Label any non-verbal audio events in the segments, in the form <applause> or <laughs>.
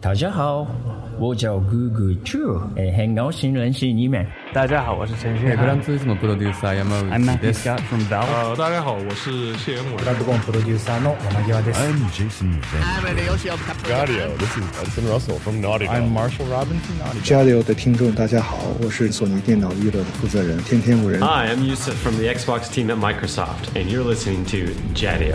大家好，我叫 Google Chu，哎，很高兴认识你们。大家好，我是陈美迅国汉男。子いつもプロデューサー山 I'm 内 Matthew です Scott from Valve。呃，大家好，我是谢元伟。ドボンプロデューサーの山際です。 I'm Jason Van. I'm Marshall Robinson. 交流的听众，大家好，我是索尼电脑娱乐的负责人天天五人。 Hi, I'm Yusuf from the Xbox team at Microsoft, and you're listening to Jadio.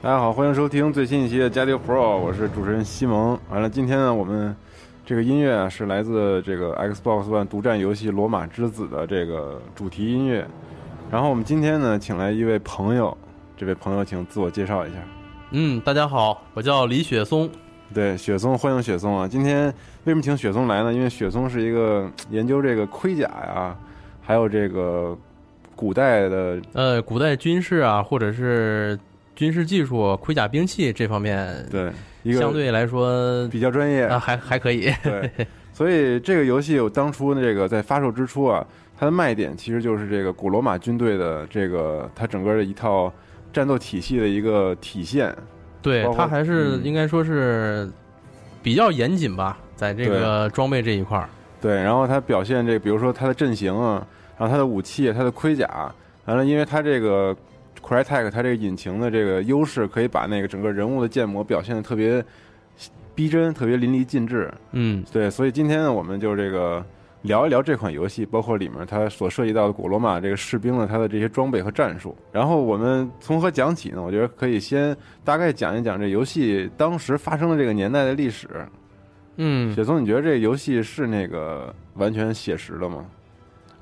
大家好，欢迎收听最新一期的《加迪 Pro》，我是主持人西蒙。完了，今天呢，我们这个音乐啊是来自这个 Xbox One 独占游戏《罗马之子》的这个主题音乐。然后我们今天呢，请来一位朋友，这位朋友请自我介绍一下。嗯，大家好，我叫李雪松。对，雪松，欢迎雪松啊！今天为什么请雪松来呢？因为雪松是一个嗯研究这个盔甲呀，还有这个古代的呃，古代军事啊，或者是军事技术、盔甲兵器这方面，对一个相对来说比较专业啊还还可 <laughs> 以。对，所以这个游戏我当初这个在发售之初啊，它的卖点其实就是这个古罗马军队的这个它整个的一套战斗体系的一个体现。对包括它还是嗯应该说是比较严谨吧，在这啊个装备这一块儿。对，然后它表现这个，比如说它的阵型啊，然后它的武器、啊它的盔甲，完了，因为它这个 Crytek 它这个引擎的这个优势，可以把那个整个人物的建模表现的特别逼真，特别淋漓尽致。嗯，对，所以今天呢，我们就这个聊一聊这款游戏，包括里面它所涉及到的古罗马这个士兵的它的这些装备和战术。然后我们从何讲起呢？我觉得可以先大概讲一讲这游戏当时发生的这个年代的历史。嗯，雪松，你觉得这个游戏是那个完全写实的吗？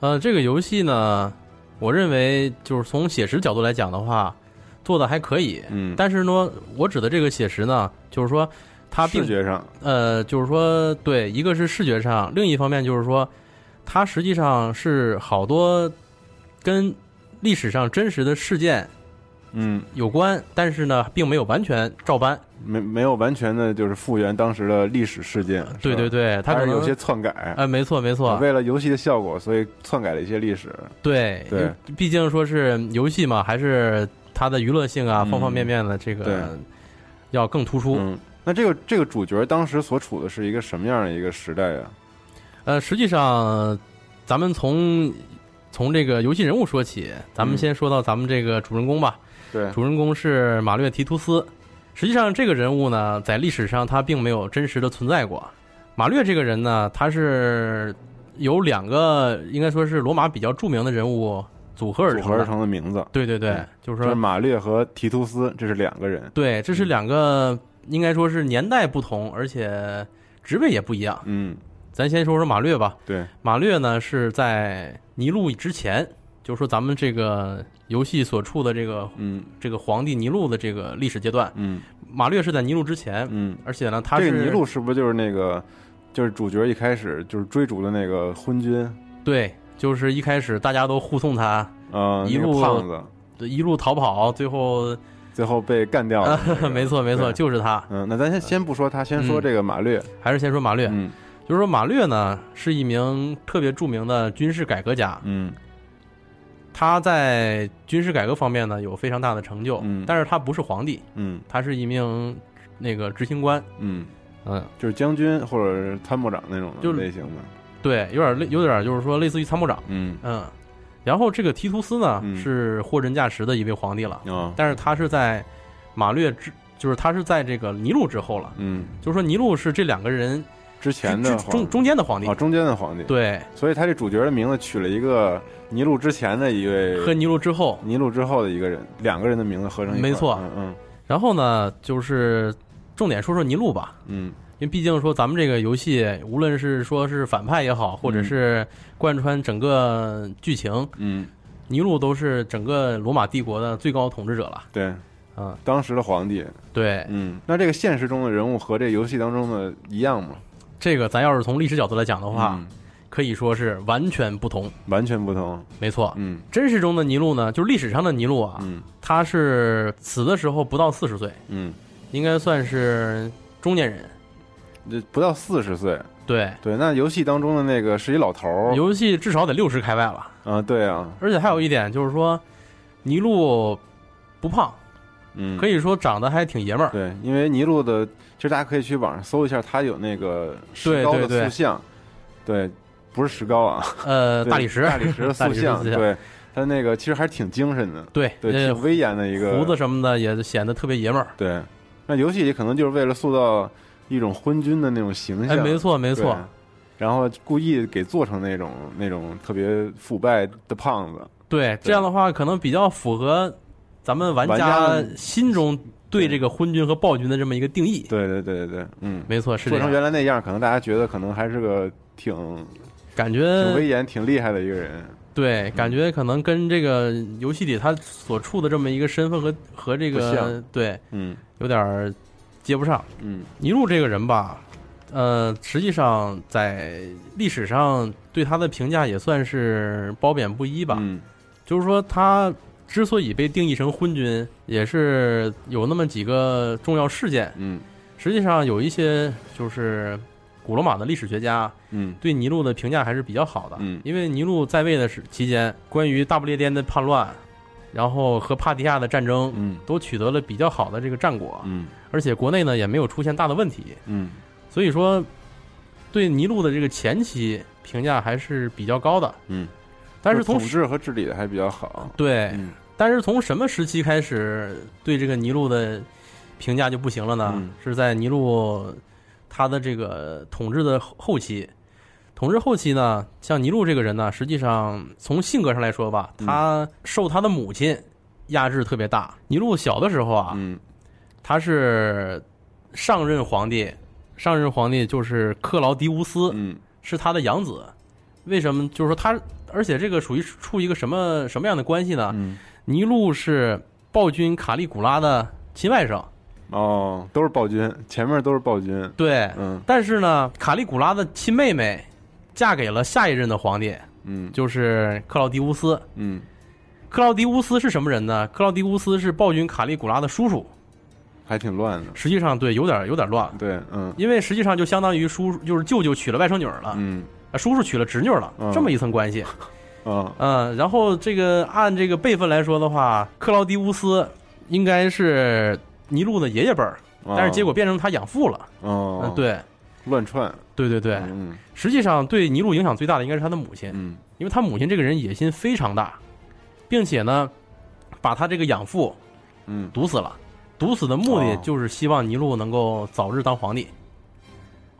呃，这个游戏呢，我认为就是从写实角度来讲的话，做的还可以。嗯，但是呢，我指的这个写实呢，就是说它并视觉上，呃，就是说，对，一个是视觉上，另一方面就是说，它实际上是好多跟历史上真实的事件嗯，有关，但是呢，并没有完全照搬。没没有完全的就是复原当时的历史事件。是吧对对，对，它还可是能有些篡改。呃，没错没错，为了游戏的效果，所以篡改了一些历史。对对因为毕竟说是游戏嘛，还是它的娱乐性啊，嗯方方面面的这对个要更突出。嗯，那这个这个主角当时所处的是一个什么样的一个时代啊呀、呃，实际上，咱们从从这个游戏人物说起，咱们嗯先说到咱们这个主人公吧。对，主人公是马略提图斯。实际上，这个人物呢，在历史上他并没有真实的存在过。马略这个人呢，他是由两个应该说是罗马比较著名的人物组合而组合成而的。成的名字，对对对嗯，就是这是说，马略和提图斯，这是两个人。对，这是两个应该说是年代不同，而且职位也不一样。嗯，咱先说说马略吧。对，马略呢是在尼禄之前，就是说咱们这个游戏所处的这个嗯这个皇帝尼禄的这个历史阶段。嗯马略是在尼禄之前，嗯，而且呢，他这是个尼禄是不是就是那个，就是主角一开始就是追逐的那个昏君对，就是一开始大家都护送他，啊、呃，尼那个禄胖子，一路逃跑，最后、。最后被干掉了 <laughs> 没错没错，对就是他。嗯，那咱先先不说他，先说这个马略。还是先说马略，嗯就是说马略呢是一名特别著名的军事改革家，嗯他在军事改革方面呢有非常大的成就，嗯但是他不是皇帝，嗯他是一名那个执行官，嗯，嗯，就是将军或者是参谋长那种就的是类型的。对，有点类有点就是说类似于参谋长，嗯嗯。然后这个提图斯呢、嗯是货真价实的一位皇帝了，啊但是他是在马略之，就是他是在这个尼禄之后了。嗯，就是说，尼禄是这两个人之前的皇中中间的皇帝啊，，中间的皇帝。，对，所以他这主角的名字取了一个尼禄之前的一位和尼禄之后，尼禄之后的一个人，两个人的名字合成一块儿没错嗯嗯然后呢，就是重点说说尼禄吧，嗯，因为毕竟说咱们这个游戏，无论是说是反派也好，或者是贯穿整个剧情，嗯，尼禄都是整个罗马帝国的最高统治者了。对，啊，当时的皇帝，对，嗯，那这个现实中的人物和这游戏当中的一样吗？这个咱要是从历史角度来讲的话，嗯可以说是完全不同。完全不同，没错，嗯真实中的尼禄呢，就是历史上的尼禄啊，嗯他是死的时候不到四十岁，嗯，应该算是中年人。这不到四十岁，对，对，那游戏当中的那个是一老头儿，游戏至少得六十开外了。啊，对啊，而且还有一点就是说，尼禄不胖，嗯，可以说长得还挺爷们儿。对，因为尼禄的，其实大家可以去网上搜一下，他有那个石对膏对的对塑像，对，不是石膏啊，呃，对大理石，大理石的 <laughs> 大塑理石的像，塑像对，他那个其实还是挺精神的，对对，呃挺威严的一个胡子什么的也显得特别爷们儿。对，那游戏里可能就是为了塑造一种昏君的那种形哎，象，没错没对，错，然后故意给做成那种那种特别腐败的胖子，对，这样的话可能比较符合咱们玩家玩家心中对对这个昏君和暴君的这么一个定义。对对对对对，嗯，没错，是这做成样。原来那样，可能大家觉得可能还是个挺感挺觉威严、挺厉害的一个人，对，感觉可能跟这个游戏里他所处的这么一个身份和和这不个像对嗯有点儿接不上。嗯尼禄这个人吧，呃，实际上在历史上对他的评价也算是褒贬不一吧。嗯就是说，他之所以被定义成昏君，也是有那么几个重要事件。嗯实际上，有一些就是古罗马的历史学家嗯对尼禄的评价还是比较好的，嗯因为尼禄在位的时期间，关于大不列颠的叛乱，然后和帕提亚的战争，嗯都取得了比较好的这个战果，嗯而且国内呢也没有出现大的问题。嗯所以说，对尼禄的这个前期评价还是比较高的。嗯，但是从统治和治理的还比较好，对，嗯但是从什么时期开始对这个尼禄的评价就不行了呢？嗯是在尼禄他的这个统治的后期。统治后期呢，像尼禄这个人呢，实际上从性格上来说吧，嗯他受他的母亲压制特别大。尼禄小的时候啊，嗯他是上任皇帝，上任皇帝就是克劳迪乌斯，嗯是他的养子。为什么？就是说他，而且这个属于处一个什么什么样的关系呢？嗯，尼禄是暴君卡利古拉的亲外甥，哦，都是暴君，前面都是暴君，对。嗯但是呢，卡利古拉的亲妹妹嫁给了下一任的皇帝，嗯就是克劳迪乌斯。嗯，克劳迪乌斯是什么人呢？克劳迪乌斯是暴君卡利古拉的叔叔。还挺乱的，实际上，对，有点有点乱，对，嗯因为实际上就相当于叔就是舅舅娶了外甥女儿了，嗯啊叔叔娶了侄女儿了，嗯这么一层关系。啊嗯，然后这个按这个辈分来说的话，克劳迪乌斯应该是尼禄的爷爷辈儿，但是结果变成他养父了。哦嗯，，对，哎乱串，对对对，嗯实际上对尼禄影响最大的应该是他的母亲，嗯因为他母亲这个人野心非常大，并且呢，把他这个养父嗯毒死了。毒死的目的哦就是希望尼禄能够早日当皇帝。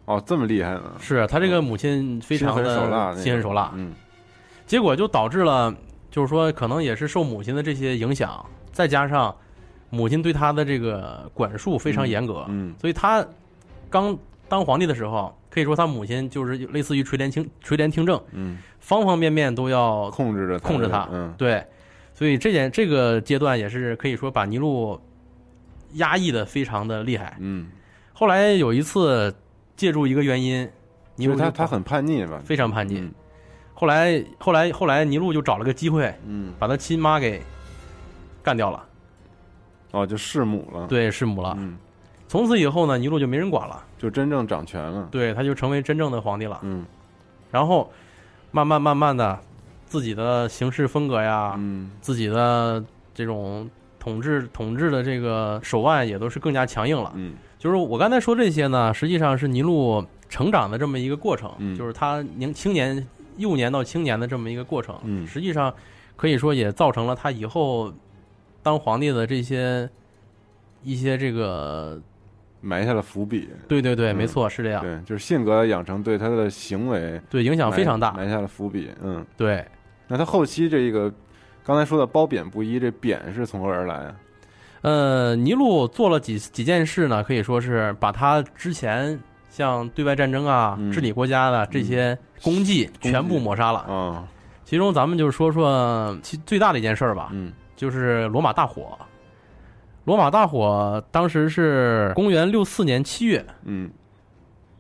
哦，这么厉害呢，是他这个母亲非常心狠手辣那的个心狠手辣，嗯结果就导致了，就是说可能也是受母亲的这些影响，再加上母亲对他的这个管束非常严格，嗯所以他刚当皇帝的时候，可以说他母亲就是类似于垂帘听垂帘听政，嗯，方方面面都要控制着控制他。嗯对，所以这件这个阶段也是可以说把尼禄压抑的非常的厉害。嗯，后来有一次借助一个原因，尼因禄为他就他很叛逆吧，非常叛逆。嗯后来后来后来尼禄就找了个机会，嗯，把他亲妈给干掉了，哦，就弑母了，对弑母了。嗯，从此以后呢，尼禄就没人管了，就真正掌权了，对，他就成为真正的皇帝了。嗯然后慢慢慢慢的，自己的行事风格呀，嗯自己的这种统治统治的这个手腕也都是更加强硬了。嗯就是我刚才说这些呢，实际上是尼禄成长的这么一个过程，嗯就是他年青年幼年到青年的这么一个过程。嗯实际上可以说也造成了他以后当皇帝的这些一些这个埋下了伏笔。对对对，没错，是这样，嗯对，就是性格养成对他的行为对，啊影响非常大埋，埋下了伏笔。嗯，对，那他后期这个刚才说的褒贬不一，这贬是从何而来啊？呃，尼禄做了几几件事呢，可以说是把他之前像对外战争啊、嗯治理国家的这些功绩功绩全部抹杀了。啊，其中咱们就是说说其最大的一件事儿吧，嗯就是罗马大火。罗马大火当时是公元六四年七月，嗯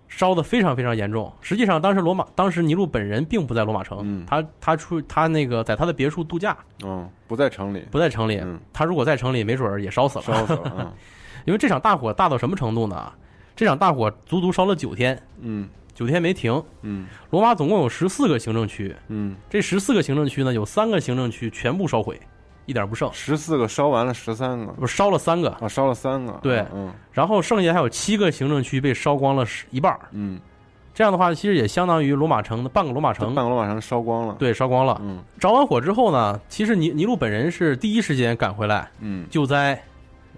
烧得非常非常严重。实际上，当时罗马，当时尼禄本人并不在罗马城，嗯他他出他那个在他的别墅度假，嗯，不在城里，不在城里。嗯，他如果在城里，没准儿也烧死了。烧死了。啊 <laughs> 因为这场大火大到什么程度呢？这场大火足足烧了九天，嗯九天没停。嗯罗马总共有十四个行政区，嗯，这十四个行政区呢，有三个行政区全部烧毁，一点不剩，十四个烧完了十三个，不是烧了三个，啊，烧了三个。对嗯然后剩下还有七个行政区被烧光了十一半儿。嗯，这样的话，其实也相当于罗马城的半个罗马半城个罗马城烧光了。，对烧光了。嗯着完火之后呢，其实尼尼禄本人是第一时间赶回来嗯救灾、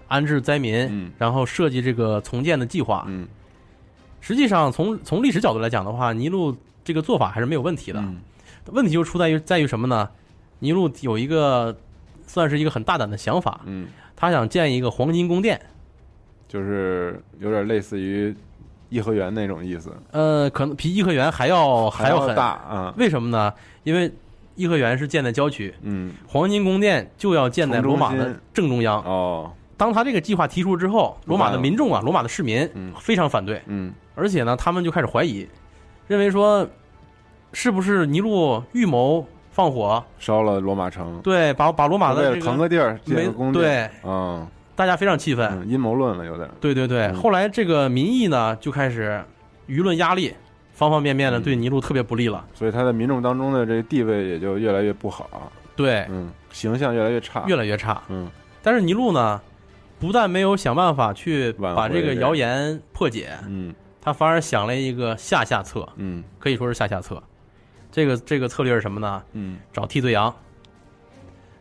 安置灾民，嗯然后设计这个重建的计划。嗯，实际上从，从历史角度来讲的话，尼禄这个做法还是没有问题的。嗯问题就出在于在于什么呢？尼禄有一个算是一个很大胆的想法，嗯，他想建一个黄金宫殿。就是有点类似于颐和园那种意思，呃，可能比颐和园还要还要要狠。大啊。为什么呢？因为颐和园是建在郊区，嗯，黄金宫殿就要建在罗马城中的心正中央。哦，当他这个计划提出之后，罗马的民众啊，罗马的市民嗯非常反对，嗯而且呢，他们就开始怀疑，认为说，是不是尼禄预谋放火？烧了罗马城，对，把把罗马为的了这腾个地儿建个没宫殿，对，嗯大家非常气愤。嗯，阴谋论了有点，对对对，嗯后来这个民意呢就开始舆论压力，方方面面的嗯对尼禄特别不利了。所以他在民众当中的这个地位也就越来越不好，对，嗯，形象越来越差，哎越来越差。嗯但是尼禄呢，不但没有想办法去挽把回这个这个谣言破解，嗯他反而想了一个下下策，嗯可以说是下下策。这个这个策略是什么呢？嗯找替罪羊。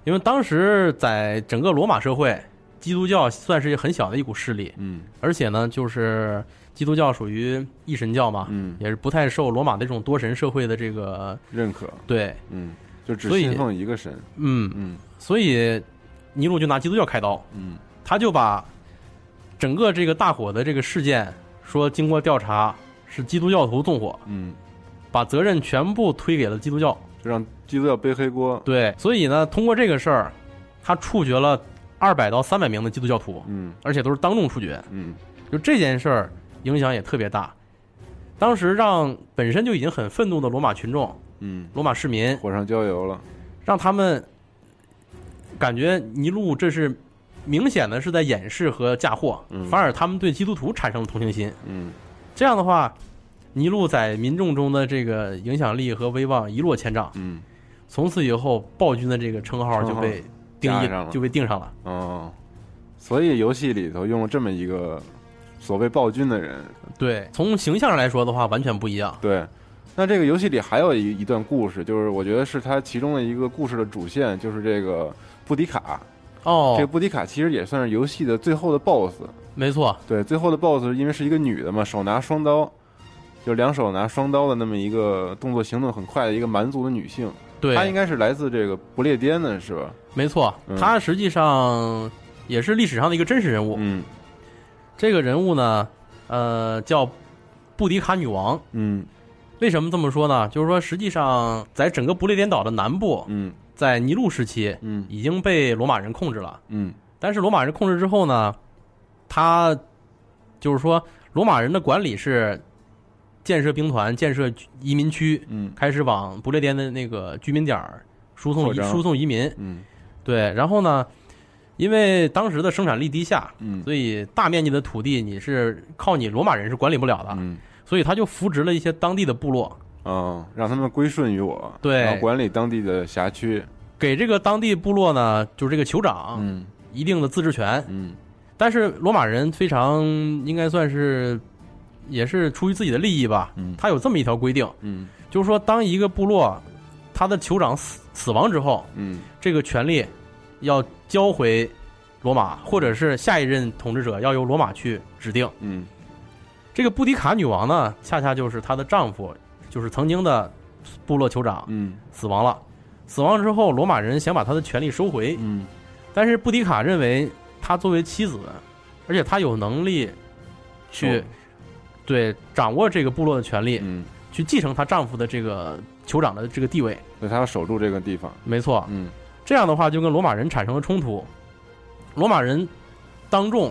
因为当时在整个罗马社会，基督教算是很小的一股势力，嗯而且呢，就是基督教属于一神教嘛，嗯，也是不太受罗马的这种多神社会的这个认可，对，嗯，就只所以信奉一个神，嗯，嗯所以尼禄就拿基督教开刀，嗯他就把整个这个大火的这个事件说，经过调查是基督教徒纵火，嗯，把责任全部推给了基督教。就让基督教背黑锅，对，所以呢，通过这个事儿，他处决了二百到三百名的基督教徒，嗯而且都是当众处决。嗯就这件事儿影响也特别大，当时让本身就已经很愤怒的罗马群众、嗯，罗马市民，火上浇油了，让他们感觉尼禄这是明显的是在掩饰和嫁祸，嗯反而他们对基督徒产生了同情心。嗯这样的话，尼禄在民众中的这个影响力和威望一落千丈，嗯从此以后暴君的这个称号就被定称号义加上了就被定上了。哦，所以游戏里头用了这么一个所谓暴君的人，对，从形象上来说的话，完全不一样。对，那这个游戏里还有一一段故事，就是我觉得是它其中的一个故事的主线，就是这个布迪卡。哦这个，布迪卡其实也算是游戏的最后的 BOSS。没错，对，最后的 BOSS 因为是一个女的嘛，手拿双刀，就两手拿双刀的那么一个动作行动很快的一个蛮族的女性。她对，应该是来自这个不列颠的，是吧？没错，嗯他实际上也是历史上的一个真实人物。嗯这个人物呢，呃，叫布迪卡女王。嗯为什么这么说呢？就是说，实际上在整个不列颠岛的南部，嗯在尼禄时期嗯已经被罗马人控制了。嗯但是罗马人控制之后呢，他就是说，罗马人的管理是建设兵团、建设移民区，嗯开始往不列颠的那个居民点儿输送扩移张输送移民。嗯对，然后呢，因为当时的生产力低下，嗯所以大面积的土地你是靠你罗马人是管理不了的，嗯所以他就扶植了一些当地的部落，哦，让他们归顺于我，对然后管理当地的辖区。给这个当地部落呢，就是这个酋长嗯一定的自治权。嗯但是罗马人非常应该算是也是出于自己的利益吧，嗯他有这么一条规定，嗯就是说当一个部落他的酋长死死亡之后，嗯这个权利要交回罗马，或者是下一任统治者要由罗马去指定。嗯这个布迪卡女王呢，恰恰就是她的丈夫，就是曾经的部落酋长嗯死亡了。死亡之后，罗马人想把她的权利收回，嗯但是布迪卡认为她作为妻子，而且她有能力去、哦对掌握这个部落的权利，嗯，去继承她丈夫的这个酋长的这个地位。所以他要守住这个地方。没错，嗯这样的话就跟罗马人产生了冲突，罗马人当众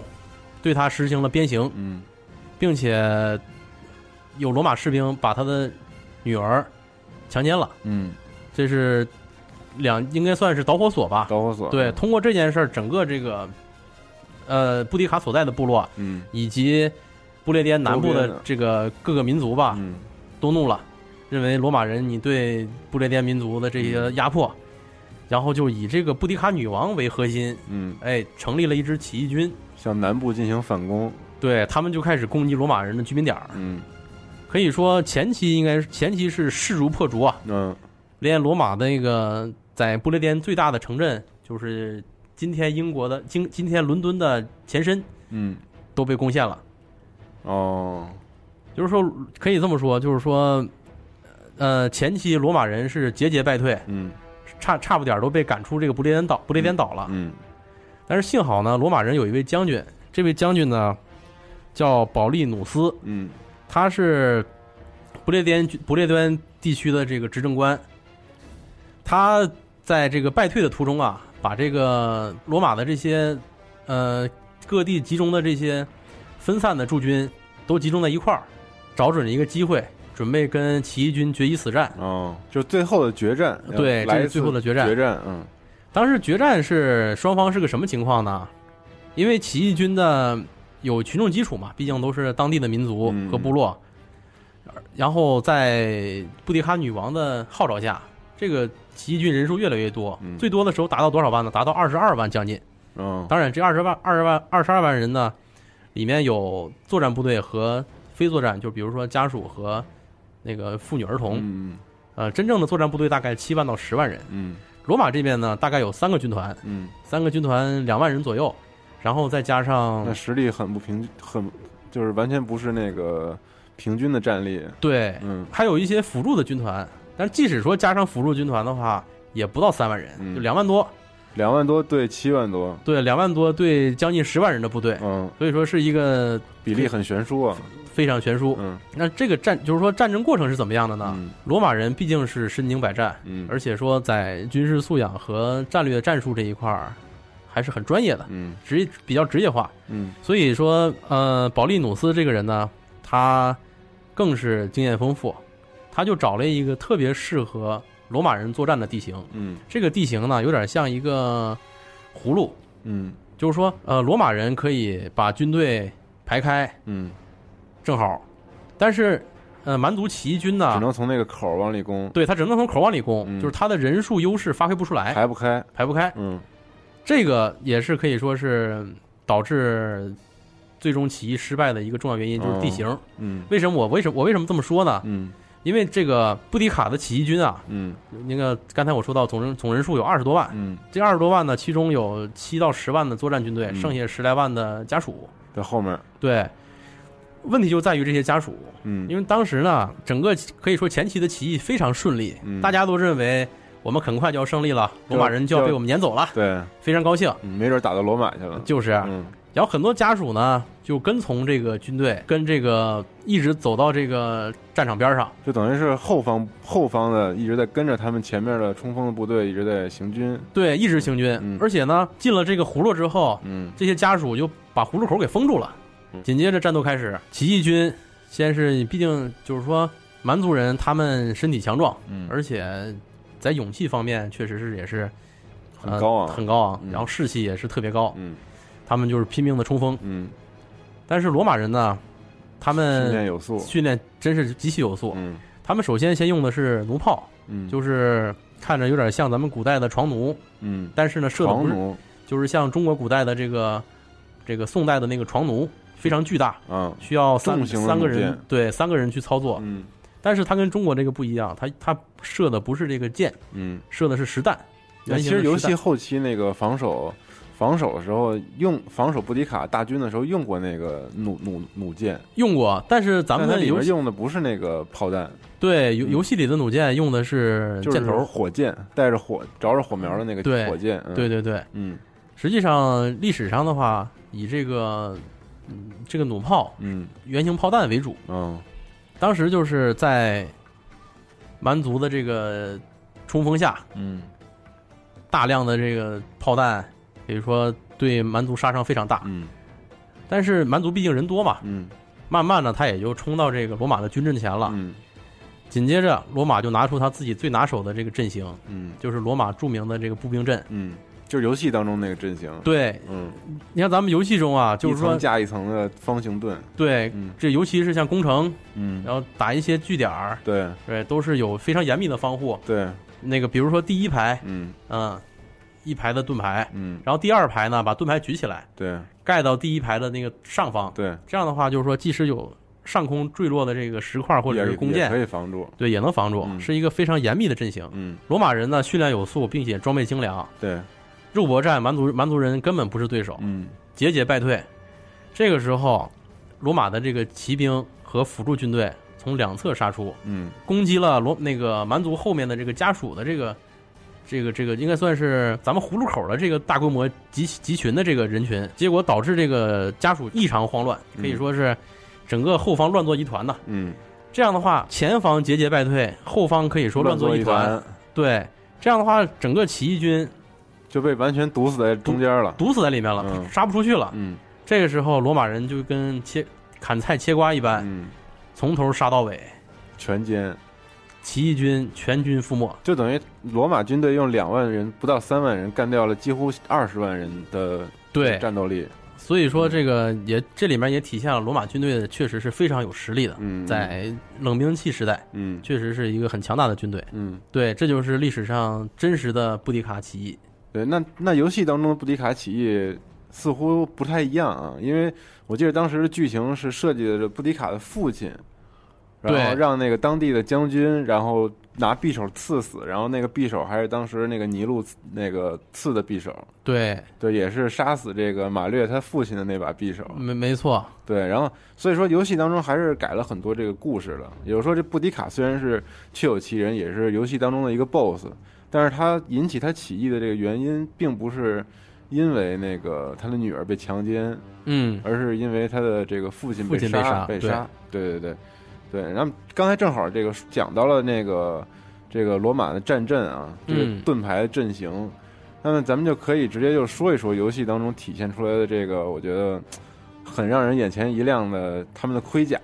对他实行了鞭刑，嗯并且有罗马士兵把他的女儿强奸了，嗯，这是两应该算是导火索吧？导火索。对，，通过这件事儿，整个这个呃布迪卡所在的部落嗯以及不列颠南部周的边的这个各个民族吧，嗯都怒了，认为罗马人你对不列颠民族的这些压迫，然后就以这个布迪卡女王为核心，嗯，哎，成立了一支起义军，向南部进行反攻。对他们就开始攻击罗马人的居民点儿。嗯可以说前期应该是前期是势如破竹啊，嗯连罗马的那个在不列颠最大的城镇，就是今天英国的今今天伦敦的前身嗯，都被攻陷了。哦，就是说，可以这么说，就是说，呃，前期罗马人是节节败退，嗯差差不点都被赶出这个不列颠岛不列颠岛了。嗯但是幸好呢，罗马人有一位将军，这位将军呢叫保利努斯，嗯他是不列颠不列颠地区的这个执政官。他在这个败退的途中啊，把这个罗马的这些呃各地集中的这些分散的驻军都集中在一块儿，找准一个机会，准备跟起义军决一死战。哦，就最后的决战。对来这是一次最后的决战决战。嗯当时决战是双方是个什么情况呢？因为起义军的有群众基础嘛，毕竟都是当地的民族嗯和部落。然后在布迪卡女王的号召下，这个起义军人数越来越多，嗯最多的时候达到多少万呢？达到二十二万将近。嗯当然，这二十万、二十万、二十二万人呢，里面有作战部队和非作战，就比如说家属和那个妇女儿童。嗯呃，真正的作战部队大概七万到十万人。嗯罗马这边呢，大概有三个军团，嗯，三个军团两万人左右，然后再加上那实力很不平，很就是完全不是那个平均的战力。对，嗯还有一些辅助的军团。但是即使说加上辅助军团的话，也不到三万人，嗯就两万多。两万多对七万多，对，两万多对将近十万人的部队，嗯，所以说是一个比例很悬殊啊，非常悬殊。嗯那这个战就是说战争过程是怎么样的呢？嗯罗马人毕竟是身经百战，嗯，而且说在军事素养和战略战术这一块儿还是很专业的，嗯职业比较职业化。嗯所以说，呃，保利努斯这个人呢，他更是经验丰富，他就找了一个特别适合罗马人作战的地形。嗯这个地形呢，有点像一个葫芦，嗯就是说，呃，罗马人可以把军队排开，嗯，正好，但是，呃，蛮族起义军只呢，能从那个口儿往里攻，对他只能从口往里攻，嗯就是他的人数优势发挥不出来，排不开，排不开。嗯这个也是可以说是导致最终起义失败的一个重要原因，就是地形。嗯为什么我为什么我为什么这么说呢？嗯因为这个布迪卡的起义军啊，嗯那个刚才我说到总人总人数有二十多万，嗯，这二十多万呢，其中有七到十万的作战军队，嗯剩下十来万的家属。在后面，对，问题就在于这些家属，嗯，因为为当时呢，整个可以说前期的起义非常顺利，嗯大家都认为我们很快就要胜利了，罗马人就要被我们撵走了，对，非常高兴。嗯没准打到罗马去了，就是，嗯然后很多家属呢就跟从这个军队，跟这个一直走到这个战场边上。就等于是后方后方的一直在跟着他们前面的冲锋的部队一直在行军，对，一直行军，嗯而且呢，进了这个葫芦之后，嗯这些家属就把葫芦口给封住了。嗯紧接着战斗开始，起义军先是，毕竟就是说蛮族人他们身体强壮，嗯，而且在勇气方面确实是也是很高呃啊，很高昂，嗯然后士气也是特别高，嗯他们就是拼命的冲锋。嗯，但是罗马人呢，他训练们有素，训练真是极其有素，嗯他们首先先用的是弩炮，嗯，就是看着有点像咱们古代的床弩，嗯，但是呢射的床不是弩就是像中国古代的这个这个宋代的那个床弩，非常巨大，啊，需要三重型的三个人弩箭对三个人去操作。嗯但是它跟中国这个不一样，它它射的不是这个箭，嗯。射的是实弹。那圆其形的实游实弹戏后期那个防守防守的时候用防守布迪卡大军的时候用过那个弩弩弩箭，用过，但是咱但它们里游面戏用的不是那个炮弹，对游嗯游戏里的弩箭用的是就是呃箭头，火箭，带着火着着火苗的那个对火箭。嗯对，对对。嗯实际上历史上的话，以这个嗯这个弩炮嗯原型炮弹为主，嗯当时就是在蛮族的这个冲锋下，嗯大量的这个炮弹，可以说对蛮族杀伤非常大。嗯但是蛮族毕竟人多嘛，嗯慢慢的他也就冲到这个罗马的军阵前了。嗯紧接着，罗马就拿出他自己最拿手的这个阵型，嗯就是罗马著名的这个步兵阵。嗯，就是游戏当中那个阵型。啊对，嗯，你看咱们游戏中啊，就是一说层架一层的方形盾。对，嗯这尤其是像攻城，嗯，然后打一些据点儿，对对，都是有非常严密的防护。对，那个比如说第一排，嗯嗯，一排的盾牌，嗯然后第二排呢把盾牌举起来，对盖到第一排的那个上方。对，这样的话，就是说即使有上空坠落的这个石块或者也是弓也可箭，以防住。对，也能防住，嗯是一个非常严密的阵型。嗯，罗马人呢训练有素，并且装备精良，对，肉搏战蛮族蛮族人根本不是对手，嗯节节败退。这个时候，罗马的这个骑兵和辅助军队从两侧杀出，嗯攻击了罗那个蛮族后面的这个家属的这个。这个这个应该算是咱们葫芦口的这个大规模集集群的这个人群，结果导致这个家属异常慌乱，可以嗯说是整个后方乱作一团呐。嗯，这样的话，前方节节败退，后方可以说乱作一团。对，这样的话，整个起义军就被完全堵死在中间了。堵死在里面了，嗯杀不出去了。嗯这个时候，罗马人就跟切砍菜切瓜一般，嗯，从头杀到尾，全歼，起义军全军覆没。就等于罗马军队用两万人不到三万人干掉了几乎二十万人的对，战斗力。所以说这个也这里面也体现了罗马军队确实是非常有实力的，嗯，在冷兵器时代，嗯确实是一个很强大的军队。嗯，对，这就是历史上真实的布迪卡起义。对，那那游戏当中的布迪卡起义似乎不太一样啊，因为我记得当时的剧情是设计的布迪卡的父亲，然后对让那个当地的将军，然后拿匕首刺死，然后那个匕首还是当时那个尼禄刺那个刺的匕首，对，对，也是杀死这个马略他父亲的那把匕首，没没错，对，然后所以说游戏当中还是改了很多这个故事的。有时候这布迪卡虽然是确有其人，也是游戏当中的一个 BOSS，但是他引起他起义的这个原因，并不是因为那个他的女儿被强奸，嗯，而是因为他的这个父亲父被亲杀，被杀被对杀。对对对对。然后刚才正好这个讲到了那个这个罗马的战阵啊，这嗯个盾牌的阵型。那么咱们就可以直接就说一说游戏当中体现出来的这个，我觉得很让人眼前一亮的他们的盔甲，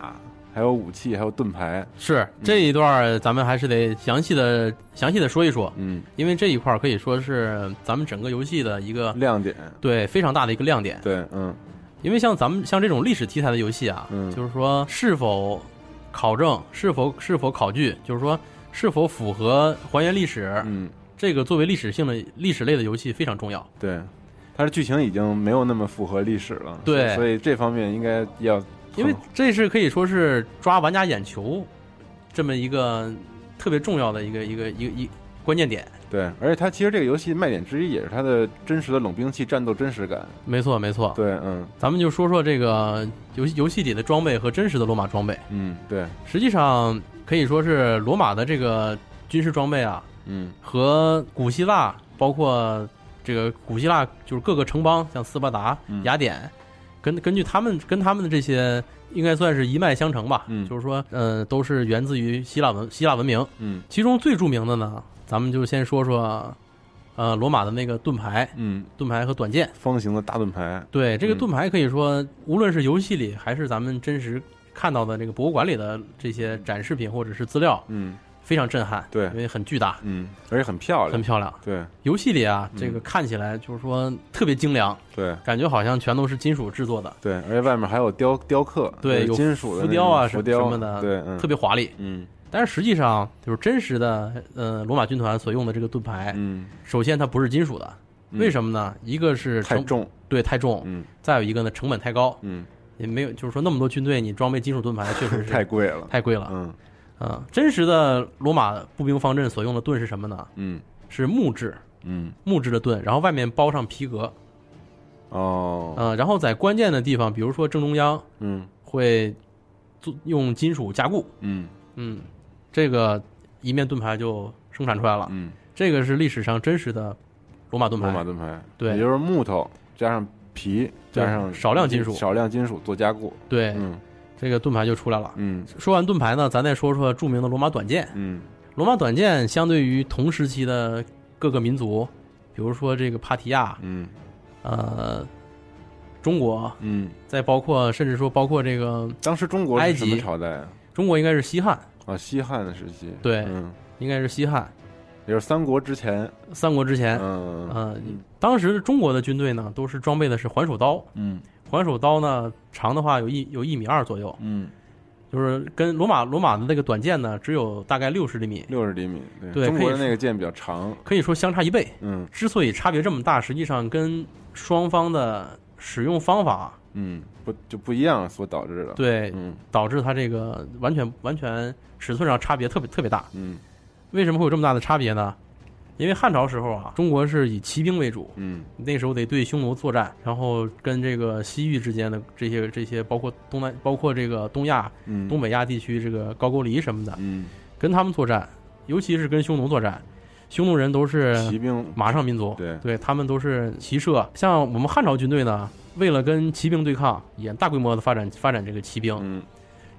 还有武器，还有盾牌。是这一段儿咱们还是得详细的详细的说一说，嗯，因为这一块儿可以说是咱们整个游戏的一个 <laughs> 亮点。对非常大的一个亮点。对，嗯因为像咱们像这种历史题材的游戏啊，嗯就是说是否考证、是否是否考据，就是说是否符合还原历史，嗯，这个作为历史性的历史类的游戏非常重要。对，它的剧情已经没有那么符合历史了。对所以这方面应该要很，因为这是可以说是抓玩家眼球这么一个特别重要的一个一个一个一关键点。对，而且它其实这个游戏卖点之一也是它的真实的冷兵器战斗真实感。没错，没错。对，嗯咱们就说说这个游戏游戏里的装备和真实的罗马装备。嗯，对，实际上可以说是罗马的这个军事装备啊，嗯和古希腊，包括这个古希腊就是各个城邦，像斯巴达嗯、雅典，根根据他们跟他们的这些，应该算是一脉相承吧。嗯就是说，呃，都是源自于希腊文希腊文明。嗯其中最著名的呢，咱们就先说说，呃，罗马的那个盾牌、嗯，盾牌和短剑。方形的大盾牌。对，这个嗯盾牌可以说，无论是游戏里还是咱们真实看到的这个博物馆里的这些展示品或者是资料，嗯非常震撼。对因为很巨大，嗯，而且很漂很亮。漂亮。对游戏里啊嗯，这个看起来就是说特别精良，对感觉好像全都是金属制作的，对，而且外面还有雕雕刻，对就是有金属的浮那雕种啊浮什雕什么的对，嗯，特别华丽。嗯但是实际上，就是真实的呃罗马军团所用的这个盾牌，嗯，首先它不是金属的，嗯为什么呢？一个是太成重，对太重，嗯再有一个呢成本太高，嗯，也没有就是说那么多军队你装备金属盾 <laughs> 牌确实是太贵了，太贵了。嗯嗯，真实的罗马步兵方阵所用的盾是什么呢？嗯是木质嗯木质的盾，然后外面包上皮革，哦，啊、然后在关键的地方，比如说正中央，嗯会做用金属加固，嗯嗯，这个一面盾牌就生产出来了。嗯，这个是历史上真实的罗啊马盾牌，罗马盾牌，对也就是木头加上皮对加上少量金属哎少量金属做加固。对，嗯这个盾牌就出来了。嗯说完盾牌呢，咱再说说著名的罗马短剑。嗯罗马短剑相对于同时期的各个民族，比如说这个帕提亚，嗯呃，中国，嗯，再包括甚至说包括这个当时中国埃是什及么朝代啊？中国应该是西汉，啊，西汉时期。对嗯，应该是西汉也就是三国之前。三国之前。嗯呃，当时中国的军队呢，都是装备的是环首刀，嗯环首刀呢长的话有一有一米二左右，嗯，就是跟罗马罗马的那个短剑呢只有大概六十厘米，六十厘米。对中国可的以那个剑比较长。可以说相差一倍。嗯之所以差别这么大，实际上跟双方的使用方法嗯，不就不一样所导致的。，对嗯导致它这个完全完全尺寸上差别特别特别大。嗯为什么会有这么大的差别呢？因为汉朝时候啊，中国是以骑兵为主，嗯那时候得对匈奴作战，然后跟这个西域之间的这些这些，包括东南，包括这个东亚、嗯，东北亚地区这个高句丽什么的，嗯跟他们作战，尤其是跟匈奴作战。匈奴人都是骑兵。马上民族，对他们都是骑射。像我们汉朝军队呢，为了跟骑兵对抗，也大规模的发展发展这个骑兵。嗯，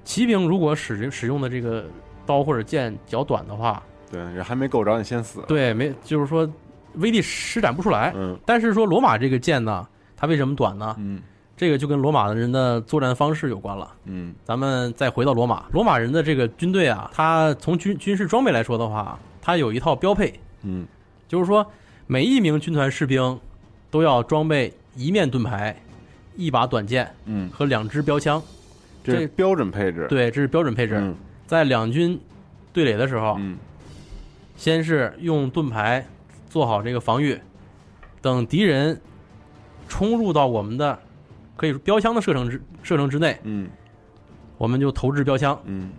骑兵如果使使用的这个刀或者剑较短的话，对，人还没够着，你先死。对，没就是说威力施展不出来。嗯但是说罗马这个剑呢，它为什么短呢？嗯这个就跟罗马的人的作战方式有关了。嗯咱们再回到罗马，罗马人的这个军队啊，它从军军事装备来说的话，它有一套标配，嗯就是说每一名军团士兵都要装备一面盾牌、一把短剑嗯，和两支标枪。这是这标准配置。对，这是标准配置。嗯在两军对垒的时候，嗯先是用盾牌做好这个防御，等敌人冲入到我们的可以说标枪的射程之射程之内，嗯我们就投掷标枪。嗯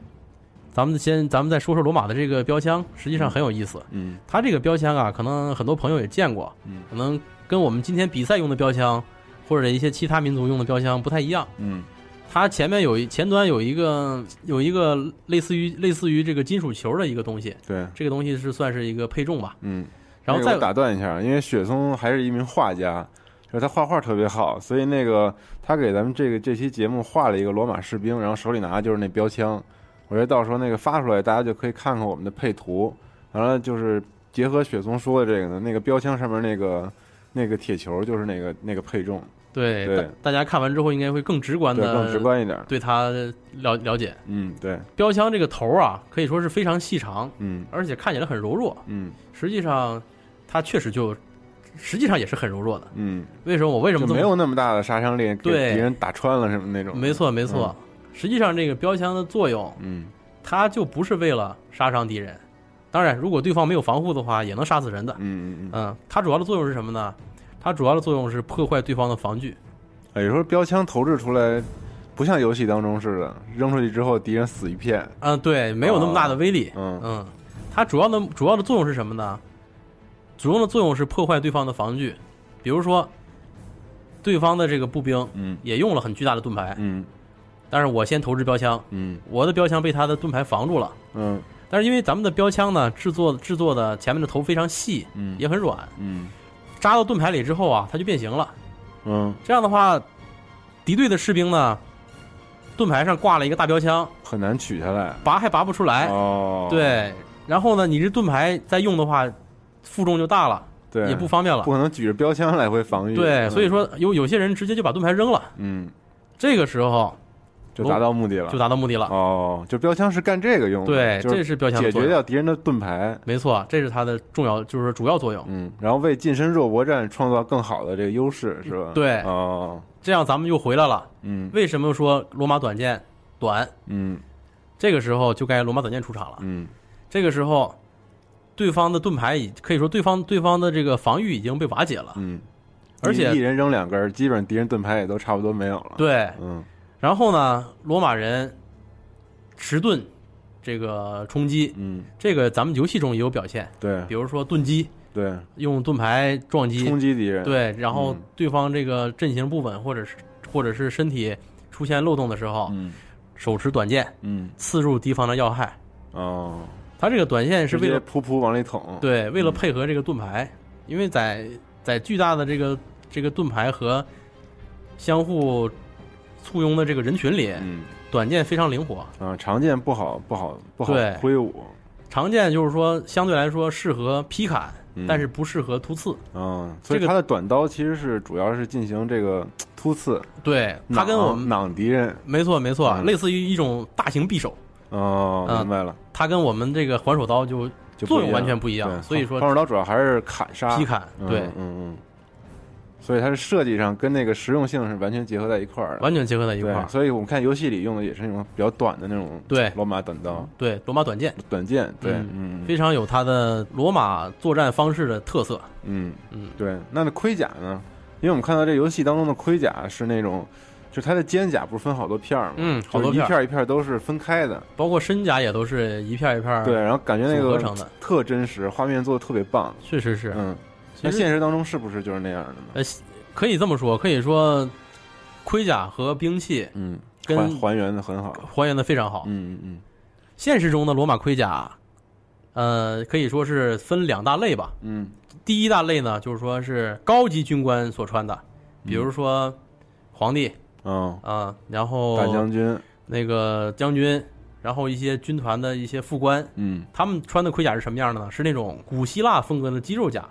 咱们先，咱们再说说罗马的这个标枪，实际上很有意思。嗯它这个标枪啊，可能很多朋友也见过，嗯可能跟我们今天比赛用的标枪，或者一些其他民族用的标枪不太一样。嗯它前面有一前端有一个有一个类似于类似于这个金属球的一个东西，对。这个东西是算是一个配重吧。嗯，然后那个再我打断一下，因为雪松还是一名画家，就是他画画特别好，所以那个他给咱们这个这期节目画了一个罗马士兵，然后手里拿的就是那标枪。我觉得到时候那个发出来，大家就可以看看我们的配图。完了就是结合雪松说的这个呢，那个标枪上面那个那个铁球就是那个那个配重，对对大大家看完之后应该会更直观对，的更直观一点。对它了了解。嗯，对，标枪这个头儿啊，可以说是非常细长，嗯而且看起来很柔弱。嗯实际上，它确实就实际上也是很柔弱的。嗯，为什么？我为什就么这么没有那么大的杀伤力，给对敌人打穿了什么那种。没，错，没错。实际上，这个标枪的作用，嗯它就不是为了杀伤敌人。当然，如果对方没有防护的话，也能杀死人的。嗯嗯嗯。嗯，它主要的作用是什么呢？它主要的作用是破坏对方的防具。哎有时候标枪投掷出来，不像游戏当中似的，扔出去之后敌人死一片。嗯，对，没有那么大的威力。嗯嗯，它主要的主要的作用是什么呢？主要的作用是破坏对方的防具。比如说，对方的这个步兵嗯也用了很巨大的盾牌，嗯但是我先投掷标枪，嗯我的标枪被他的盾牌防住了。嗯但是因为咱们的标枪呢，制作制作的前面的头非常细，嗯也很软，嗯扎到盾牌里之后啊，它就变形了。嗯，这样的话，敌对的士兵呢，盾牌上挂了一个大标枪，很难取下来。拔还拔不出来。哦，哎对，然后呢，你这盾牌再用的话，负重就大了，对，也不方便了不。可能举着标枪来回防御。对，嗯所以说有有些人直接就把盾牌扔了，嗯，这个时候就达到目的了就。达到目的了。哦，就标枪是干这个用的，对，就是这是标枪的解作决用。掉敌人的盾牌。没错，这是它的重要，就是主要作用。嗯，然后为近身肉搏战创造更好的这个优势，是吧？对哦，这样咱们又回来了。嗯为什么说罗马短剑短？嗯这个时候就该罗马短剑出场了。嗯这个时候，对方的盾牌已可以说对方对方的这个防御已经被瓦解了，嗯，而且一一人扔两根儿，基本上敌人盾牌也都差不多没有了。，对，嗯然后呢，罗马人迟钝这个冲击，嗯，这个咱们游戏中也有表现，对比，如说盾击，对，用盾牌撞击，冲击敌人，对，然后嗯对方这个阵型不稳，或者是或者是身体出现漏洞的时候，嗯手持短剑嗯刺入敌方的要害。哦，他这个短剑是直为接了噗噗往里捅，，对，为了嗯配合这个盾牌，因为在在巨大的这个这个盾牌和相互簇拥的这个人群里，嗯短剑非常灵活。啊，长剑不好不好不好对挥舞，长剑就是说相对来说适合劈砍，嗯但是不适合突刺。嗯，这所以个他的短刀其实是主要是进行这个突刺，对，它跟攮我们攮敌人，没错没错，嗯类似于一种大型匕首，哦，嗯明白了，它跟我们这个还手刀就就作不用一样完全不一样对，所以说换手刀主要还是砍杀劈砍嗯对嗯嗯，所以它是设计上跟那个实用性是完全结合在一块儿的，完全结合在一块儿对，。所以我们看游戏里用的也是那种比较短的那种对罗马短刀、对，罗马短剑短剑，对，嗯嗯非常有它的罗马作战方式的特色。嗯嗯对。那那盔甲呢？因为我们看到这游戏当中的盔甲是那种，就它的肩甲不是分好多片儿吗？嗯就是好多片一儿片儿一片儿都是分开的，包括身甲也都是一片儿一片儿对，然后感觉那啊组合个成的特真实，画面做的特别棒，确实是，啊嗯。其那实现实当中是不是就是那样的呢？呃，可以这么说，可以说盔甲和兵器嗯，跟还还原的很好，还原的非常好。嗯嗯现实中的罗马盔甲，呃，可以说是分两大类吧。嗯第一大类呢，就是说是高级军官所穿的，比如说皇帝嗯，哦，啊、然后大将军，那个将军，然后一些军团的一些副官，嗯，他们穿的盔甲是什么样的呢？是那种古希腊风格的肌肉甲，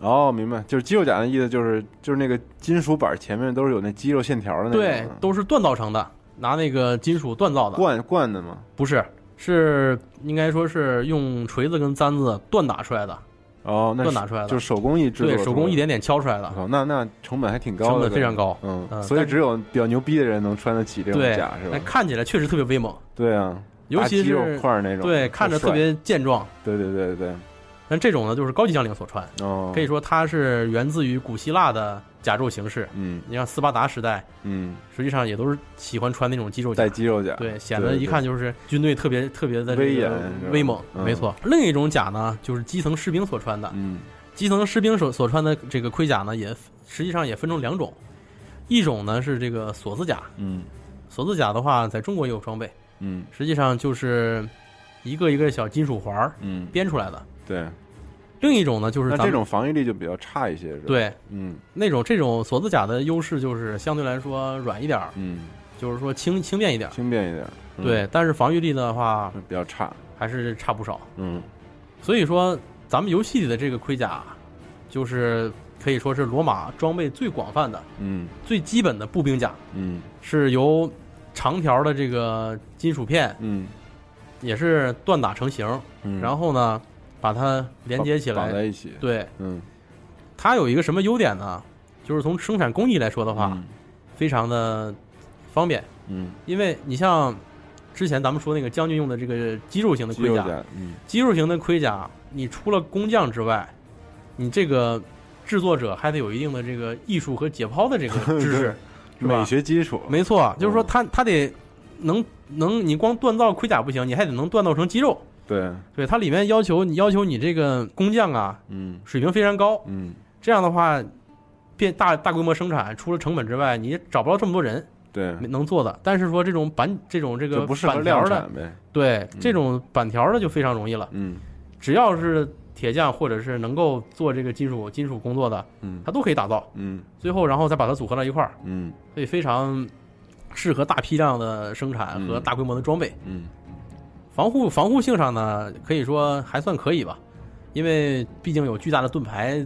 哦，明白，就是肌肉甲的意思，就是就是那个金属板前面都是有那肌肉线条的那种，对，都是锻造成的，拿那个金属锻造的，灌灌的嘛，不是，是应该说是用锤子跟簪子锻打出来的，哦，那是锻打出来的就是手工艺制作出对来的，啊手工一点点敲出来我的，靠，哦那那成本还挺高的，啊成本非常高嗯，嗯所以但是只有比较牛逼的人能穿得起这种对甲，是，但吧？看起来确实特别威猛，对啊，尤其大肌是肉块儿那种，对，看着帅特，别健壮。对对对对，但这种呢，就是高级将领所穿，哦，可以，说它是源自于古希腊的甲胄形式。嗯你像斯巴达时代，嗯，实际上也都是喜欢穿那种肌肉甲带，肌肉甲，对，显得一看就是军队特别特别的这个威严是吧威猛，嗯没错。另一种甲呢，就是基层士兵所穿的，嗯，基层士兵所所穿的这个盔甲呢，也实际上也分成两种，一种呢是这个锁子甲，嗯锁子甲的话，在中国也有装备，嗯实际上就是一个一个小金属环儿嗯，编出来的。对，另一种呢，就是那咱们这种防御力就比较差一些，是吧？，对嗯那种这种锁子甲的优势就是相对来说软一点儿，嗯，就是说轻轻便一点儿。轻便一点，嗯对，，但是防御力的话比较差，还是差不少。嗯所以说，咱们游戏里的这个盔甲，就是可以说是罗马装备最广泛的、嗯最基本的步兵甲，嗯是由长条的这个金属片嗯也是锻打成型，嗯，然后呢把它连接起绑绑在来。一起，对，嗯，它有一个什么优点呢？就是从生产工艺来说的话，非常的方便。嗯，因为你像之前咱们说那个将军用的这个肌肉型嗯，的肌盔肉甲，甲，嗯肌肉型的盔甲，你除了工匠之外，你这个制作者还得有一定的这个艺术和解剖的这个 <laughs> 知 <laughs> 识，是吧美学基础，没错，就是说嗯他他得能能，你光锻造盔甲不行，你还得能锻造成肌肉。对，对，它里面要求你要求你这个工匠啊，嗯水平非常高。嗯，这样的话，变大大规模生产，除了成本之外，你也找不着这么多人对，能做的。但是说这种板这种这嗯就个不适合板量条的，产嗯呗，对这种板条的就非常容易了。嗯只要是铁匠或者是能够做这个金属金属工作的，嗯他都可以打造，嗯最后然后再把它组合到一块儿，嗯所以非常适合大批量的生产和嗯大规模的装备。嗯防护防护性上呢，可以说还算可以吧，因为毕竟有巨大的盾牌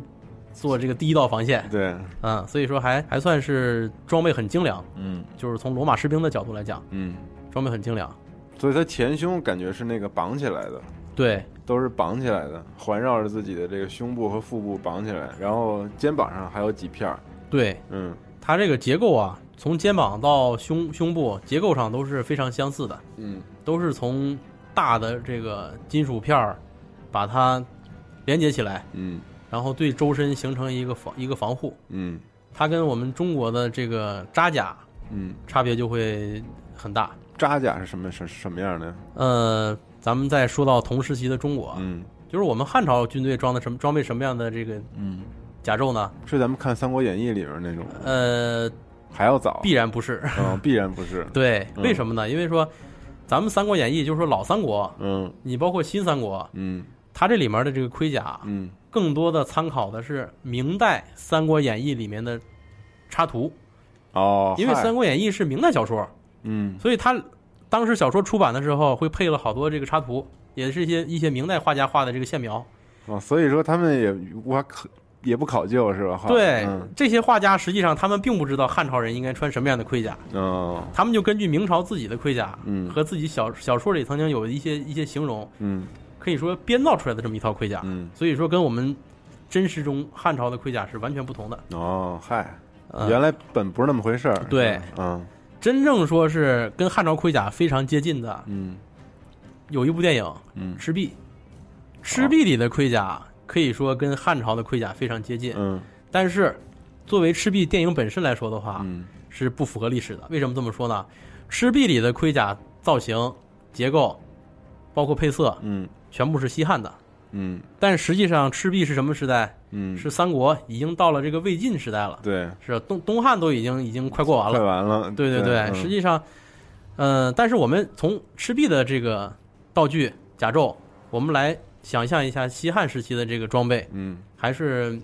做这个第一道防线，对，嗯，所以说还还算是装备很精良。嗯就是从罗马士兵的角度来讲，嗯，装备很精良。所以它前胸感觉是那个绑起来的，对都是绑起来的，环绕着自己的这个胸部和腹部绑起来，然后肩膀上还有几片儿，对，嗯它这个结构啊，从肩膀到胸胸部结构上都是非常相似的。嗯都是从大的这个金属片儿把它连接起来，嗯然后对周身形成一个防一个防护。嗯它跟我们中国的这个扎甲嗯，差别就会很大。扎甲是什么什什么样的？呃，咱们再说到同时期的中国，嗯就是我们汉朝军队装的什么装备什么样的这个嗯，甲胄呢？是咱们看《三国演义》里面那种，呃，还要早，必然不是。嗯，必然不是， <laughs> 对，嗯为什么呢？因为说咱们《三国演义》就是说老三国，嗯你包括新三国，嗯它这里面的这个盔甲，嗯更多的参考的是明代《三国演义》里面的插图，哦，因为《嗨三国演义》是明代小说，嗯所以它当时小说出版的时候会配了好多这个插图，也是一些一些明代画家画的这个线描。哦，所以说他们也无法考，也不考究是吧？哈对嗯，这些画家实际上他们并不知道汉朝人应该穿什么样的盔甲，哦他们就根据明朝自己的盔甲嗯和自己小小说里曾经有一些一些形容，嗯可以说编造出来的这么一套盔甲。嗯所以说跟我们真实中汉朝的盔甲是完全不同的。哦，嗨，呃、原来本不是那么回事儿，对是吧嗯真正说是跟汉朝盔甲非常接近的，嗯有一部电影《嗯赤壁》，赤壁里的盔甲可以说跟汉朝的盔甲非常接近，嗯但是作为赤壁电影本身来说的话，嗯是不符合历史的。为什么这么说呢？赤壁里的盔甲造型、结构，包括配色，嗯全部是西汉的。嗯但实际上，赤壁是什么时代？嗯，是三国已经到了这个魏晋时代了，对，是东东汉都已经已经快过完了快。完了，对对对，嗯实际上，呃，但是我们从赤壁的这个道具甲胄，我们来想象一下西汉时期的这个装备，嗯还是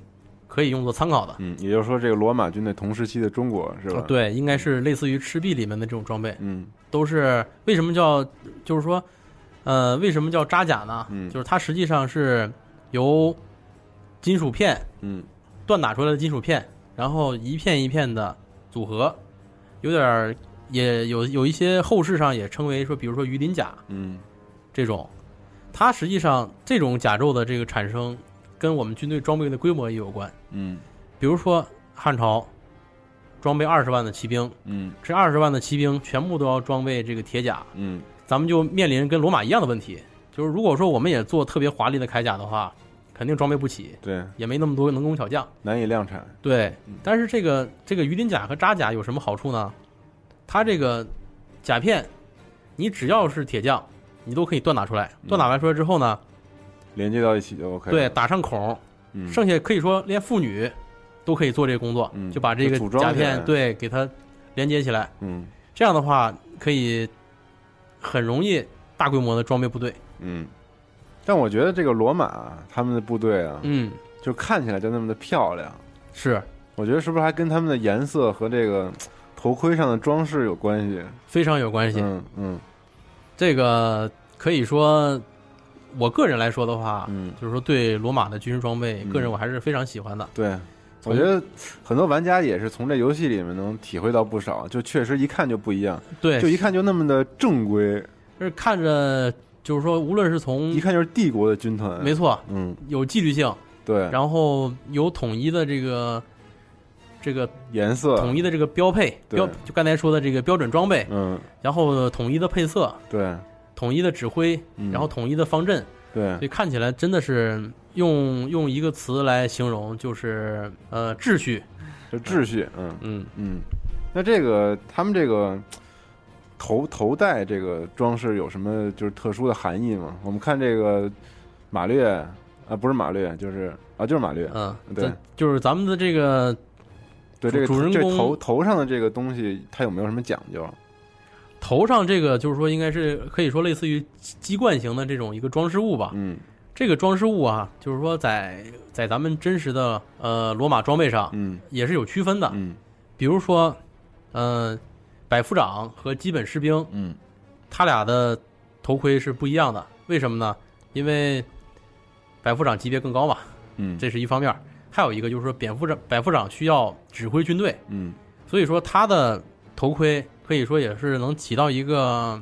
可以用作参考的。嗯，也就是说，这个罗马军队同时期的中国是吧？，啊对，应该是类似于赤壁里面的这种装备，嗯都是为什么叫就是说，呃，为什么叫扎甲呢？嗯就是它实际上是由金属片嗯锻打出来的金属片，然后一片一片的组合，有点儿也有有一些后世上也称为说，比如说鱼鳞甲嗯这种，它实际上这种甲胄的这个产生跟我们军队装备的规模也有关。嗯比如说汉朝装备二十万的骑兵，嗯这二十万的骑兵全部都要装备这个铁甲，嗯咱们就面临跟罗马一样的问题，就是如果说我们也做特别华丽的铠甲的话，肯定装备不起，对，也没那么多能工巧匠。难以量产，对嗯，但是这个这个鱼鳞甲和扎甲有什么好处呢？它这个甲片，你只要是铁匠，你都可以锻打出来。嗯锻打完出来之后呢，连接到一起就 OK 了。对，打上孔，嗯，剩下可以说连妇女都可以做这个工作，嗯就把这个就组装甲起来片对给它连接起来。嗯这样的话，可以很容易大规模的装备部队。嗯。但我觉得这个罗马他们的部队啊，嗯，就看起来就那么的漂亮，是我觉得是不是还跟他们的颜色和这个头盔上的装饰有关系？非常有关系。嗯嗯这个可以说，我个人来说的话，嗯，就是说对罗马的军事装备，嗯个人我还是非常喜欢的。对，从我觉得很多玩家也是从这游戏里面能体会到不少，就确实一看就不一样，对，就一看就那么的正规，就是看着，就是说，无论是从一看就是帝国的军团。嗯没错，嗯，有纪律性，对，然后有统一的这个这个颜色，统一的这个标配嗯对标，就刚才说的这个标准装备，嗯，然后统一的配色，对，统一的指挥，嗯然后统一的方阵，对所以，看起来真的是用用一个词来形容，就是呃秩序。就秩序，嗯嗯，嗯。那这个他们这个头头戴这个装饰有什么就是特殊的含义吗？我们看这个马略啊，不是马略，就是啊，就是马略，嗯，对咱，就是咱们的这个对这个主主人这公头头上的这个东西，它有没有什么讲究？头上这个，就是说应该是可以说类似于鸡冠型的这种一个装饰物吧。嗯这个装饰物啊，就是说在在咱们真实的呃罗马装备上嗯也是有区分的，嗯比如说，呃，百夫长和基本士兵嗯他俩的头盔是不一样的，为什么呢？因为百夫长级别更高嘛，嗯，这是一方面儿。还有一个就是说，蝙蝠长百夫长需要指挥军队，嗯所以说他的头盔可以说也是能起到一个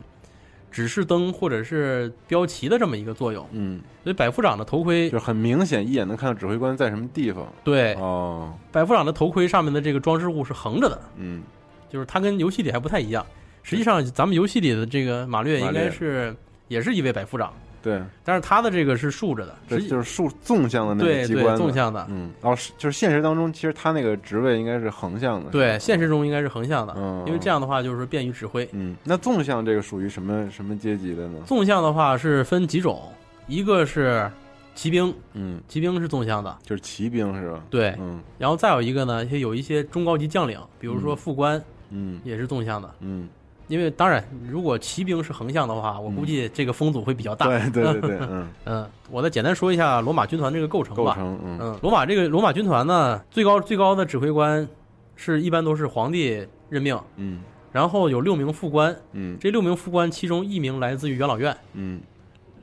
指示灯或者是标旗的这么一个作用。嗯，所以百夫长的头盔就是很明显，一眼能看到指挥官在什么地方。对哦，百夫长的头盔上面的这个装饰物是横着的，嗯就是它跟游戏里还不太一样。实际上，咱们游戏里的这个马略马应略该是也是一位百夫长，对，但是他的这个是竖着的，这实际就是竖纵向的那个对机对关嘛纵。向的，嗯，哦，是就是现实当中，其实他那个职位应该是横向的。对，现实中应该是横向的嗯，因为这样的话就是便于指挥。嗯，那纵向这个属于什么什么阶级的呢？纵向的话是分几种，一个是骑兵，嗯，骑兵是纵向的，就是骑兵是吧？对。嗯然后再有一个呢，有一些中高级将领，比如说副官嗯也是纵向的，嗯，因为当然，如果骑兵是横向的话，我估计这个风阻会比较大。对对对 <laughs> 对，嗯，嗯，我再简单说一下罗马军团这个构成吧。构成嗯嗯，罗马这个罗马军团呢，最高最高的指挥官是一般都是皇帝任命，嗯然后有六名副官，嗯这六名副官其中一名来自于元老院，嗯，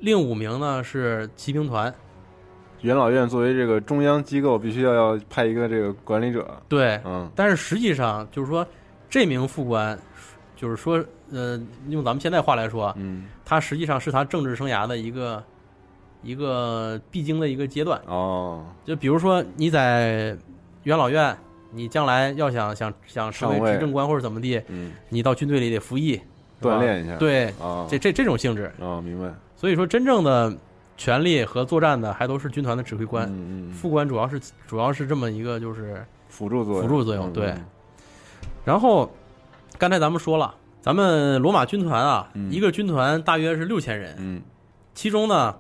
另五名呢是骑兵团。元老院作为这个中央机构，必须要要派一个这个管理者，对，嗯但是实际上就是说，这名副官，就是说，呃，用咱们现在话来说，啊嗯他实际上是他政治生涯的一个一个必经的一个阶段。哦，就比如说你在元老院，你将来要想想想成上位为执政官或者怎么地，嗯，你到军队里得服役，是吧锻炼一下，对，啊，这这这种性质。哦，明白，所以说，真正的权力和作战的还都是军团的指挥官，嗯嗯嗯副官主要是主要是这么一个就是。辅助作用，辅助作用嗯对然后刚才咱们说了，咱们罗马军团啊，嗯一个军团大约是六千人，嗯其中呢，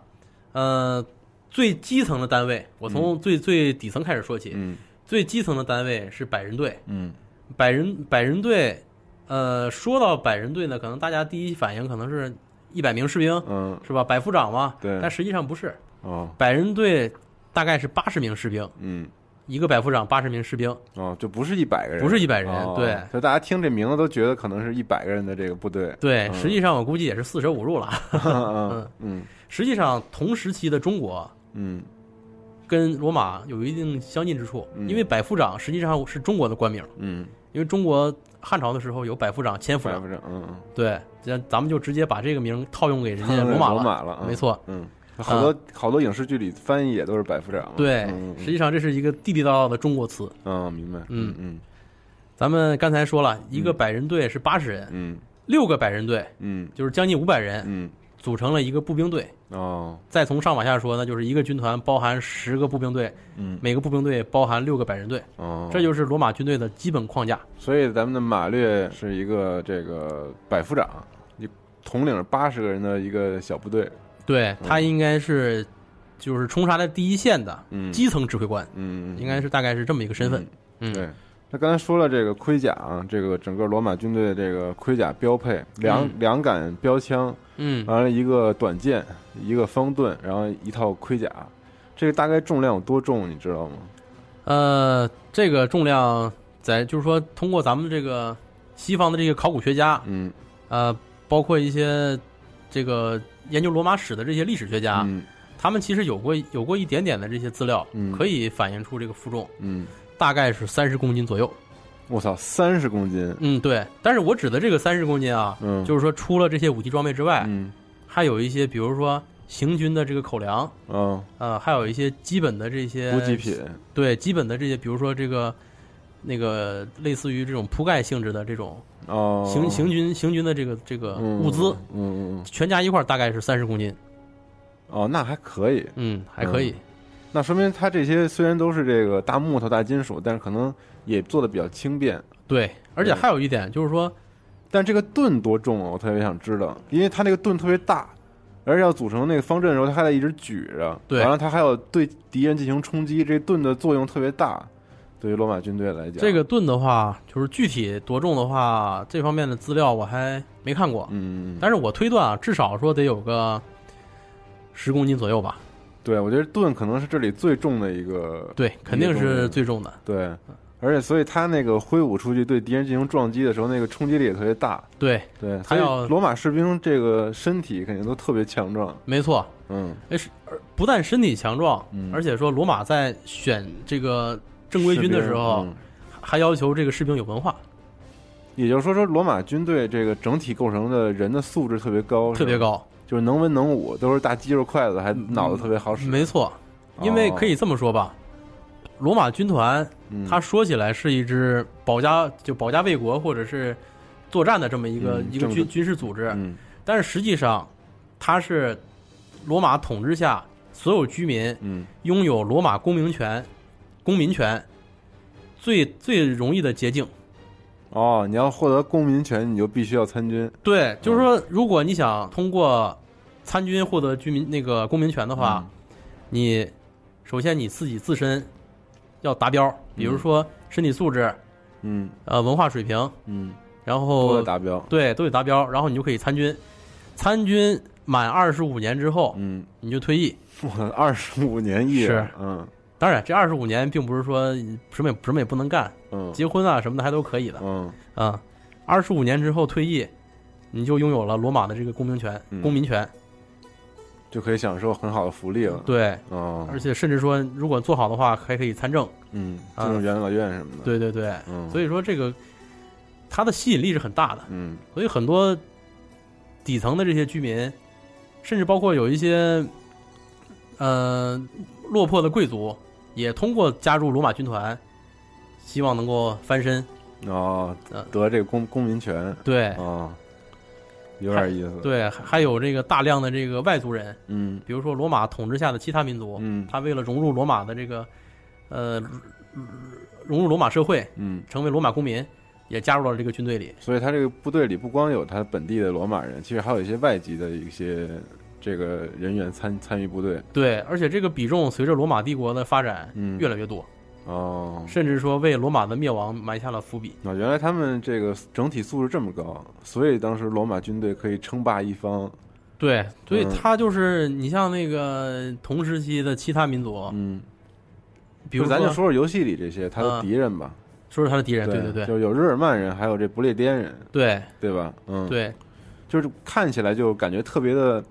呃，最基层的单位，我从最最底层开始说起，嗯最基层的单位是百人队，嗯百人百人队，呃，说到百人队呢，可能大家第一反应可能是一百名士兵，嗯，是吧？百夫长嘛，对但实际上不是，哦，百人队大概是八十名士兵，嗯。一个百夫长八十名士兵，哦，就不是一百个人，不是100人哦对就大家听这名字都觉得可能是一百个人的这个部队，对，嗯实际上我估计也是四舍五入了。 <laughs> 嗯嗯实际上，同时期的中国嗯跟罗马有一定相近之处，嗯因为百夫长实际上是中国的官名，嗯，因为中国汉朝的时候有百夫长、千夫百长分，之嗯对，咱咱们就直接把这个名套用给人家嗯，罗马了，罗马了，嗯没错。嗯，好多好多影视剧里翻译也都是百夫长嘛，对，嗯实际上这是一个地地道道的中国词。嗯，明白，嗯嗯咱们刚才说了一个百人队是八十人，嗯六个百人队嗯就是将近五百人，嗯组成了一个步兵队。嗯，哦，再从上往下说呢，就是一个军团包含十个步兵队，嗯每个步兵队包含六个百人队，哦，这就是罗马军队的基本框架。所以咱们的马略是一个这个百夫长，你统领八十个人的一个小部队，嗯对他应该是就是冲杀在第一线的嗯基层指挥官，嗯，嗯应该是大概是这么一个身份。嗯，对，那刚才说了这个盔甲啊，这个整个罗马军队的这个盔甲标配，两、嗯两杆标枪，嗯，完了一个短剑，一个方盾，然后一套盔甲，这个大概重量有多重，你知道吗？呃，这个重量在就是说通过咱们这个西方的这个考古学家，嗯呃，包括一些这个研究罗马史的这些历史学家，嗯他们其实有过有过一点点的这些资料，嗯可以反映出这个负重嗯，大概是三十公斤左右。我操，三十公斤，嗯，对。但是我指的这个三十公斤啊，嗯就是说啊除了这些武器装备之外，嗯还有一些比如说行军的这个口粮，哦，呃，还有一些基本的这些补给品，对，基本的这些，比如说这个那个类似于这种铺盖性质的这种哦，行行军行军的这个这个嗯物资，，嗯嗯嗯，全加一块儿大概是三十公斤，哦，那还可以，嗯，还可以嗯，那说明它这些虽然都是这个大木头、大金属，但是可能也做的比较轻便。对，而且嗯还有一点就是说，但这个盾多重啊？我特别想知道，因为它那个盾特别大，而且要组成那个方阵的时候，它还得一直举着，对完了它还要对敌人进行冲击，这盾的作用特别大，对啊于罗马军队来讲，嗯这个，盾的话，就是具体多重的话，这方面的资料我还没看过，嗯，但是我推断啊，至少说得有个十公斤左右吧，对，我觉得盾可能是这里最重的一个，对，肯定一个东西是最重的，对，而且所以他那个挥舞出去对敌人进行撞击的时候，那个冲击力也特别大，对，对，他要所以罗马士兵这个身体肯定都特别强壮，没错，嗯，哎，是而不但身体强壮，嗯而且说罗马在选这个正规军的时候士，兵嗯还要求这个士兵有文化，也就是说，说罗马军队这个整体构成的人的素质特别高，是特吧别，高。就是能文能武，都是大肌肉筷子，还脑子特别好使。没错，哦因为可以这么说吧，罗马军团嗯，它说起来是一支保家就保家卫国或者是作战的这么一个、嗯一个政治军军事组织，嗯但是实际上它是罗马统治下所有居民嗯拥有罗马公民权、公民权最最容易的捷径。哦，你要获得公民权，你就必须要参军。对，就是嗯说，如果你想通过参军获得居民那个公民权的话，你首先你自己自身要达标，比如说身体素质、嗯呃文化水平，嗯，然都后得达标，对都得达标，然后你就可以参军。参军满二十五年之后，嗯，你就退役。我 <laughs> 二十五年役是，嗯当然，这二十五年并不是说什么也什么也不能干，嗯结婚啊什么的还都可以的嗯啊。二十五年之后退役，你就拥有了罗马的这个公民权、嗯公民权。就可以享受很好的福利了，对，嗯，而且甚至说，如果做好的话，还可以参政。嗯进入元老院什么的，，啊对对对，嗯，所以以说这个它的吸引力是很大的，嗯所以很多底层的这些居民，甚至包括有一些呃落魄的贵族，也通过加入罗马军团，希望能够翻身。哦呃得这个公公民权，对啊，有点意思，，哎对，还还有这个大量的这个外族人，嗯比如说罗马统治下的其他民族，嗯他为了融入罗马的这个呃融入罗马社会，嗯。成为罗马公民，也加入到了这个军队里。所以他这个部队里不光有他本地的罗马人，其实还有一些外籍的一些这个人员参参与部队。对，而且这个比重随着罗马帝国的发展嗯越来越多，哦，甚至说为罗马的灭亡埋下了伏笔。啊，原来他们这个整体素质这么高，所以当时罗马军队可以称霸一方。哦对，所以嗯他就是你像那个同时期的其他民族，嗯，比如就咱就说说游戏里这些他的敌人吧。说说他的敌人，对对对对就是有日耳曼人，还有这不列颠人，对对吧？嗯，，对就是看起来就感觉特别的。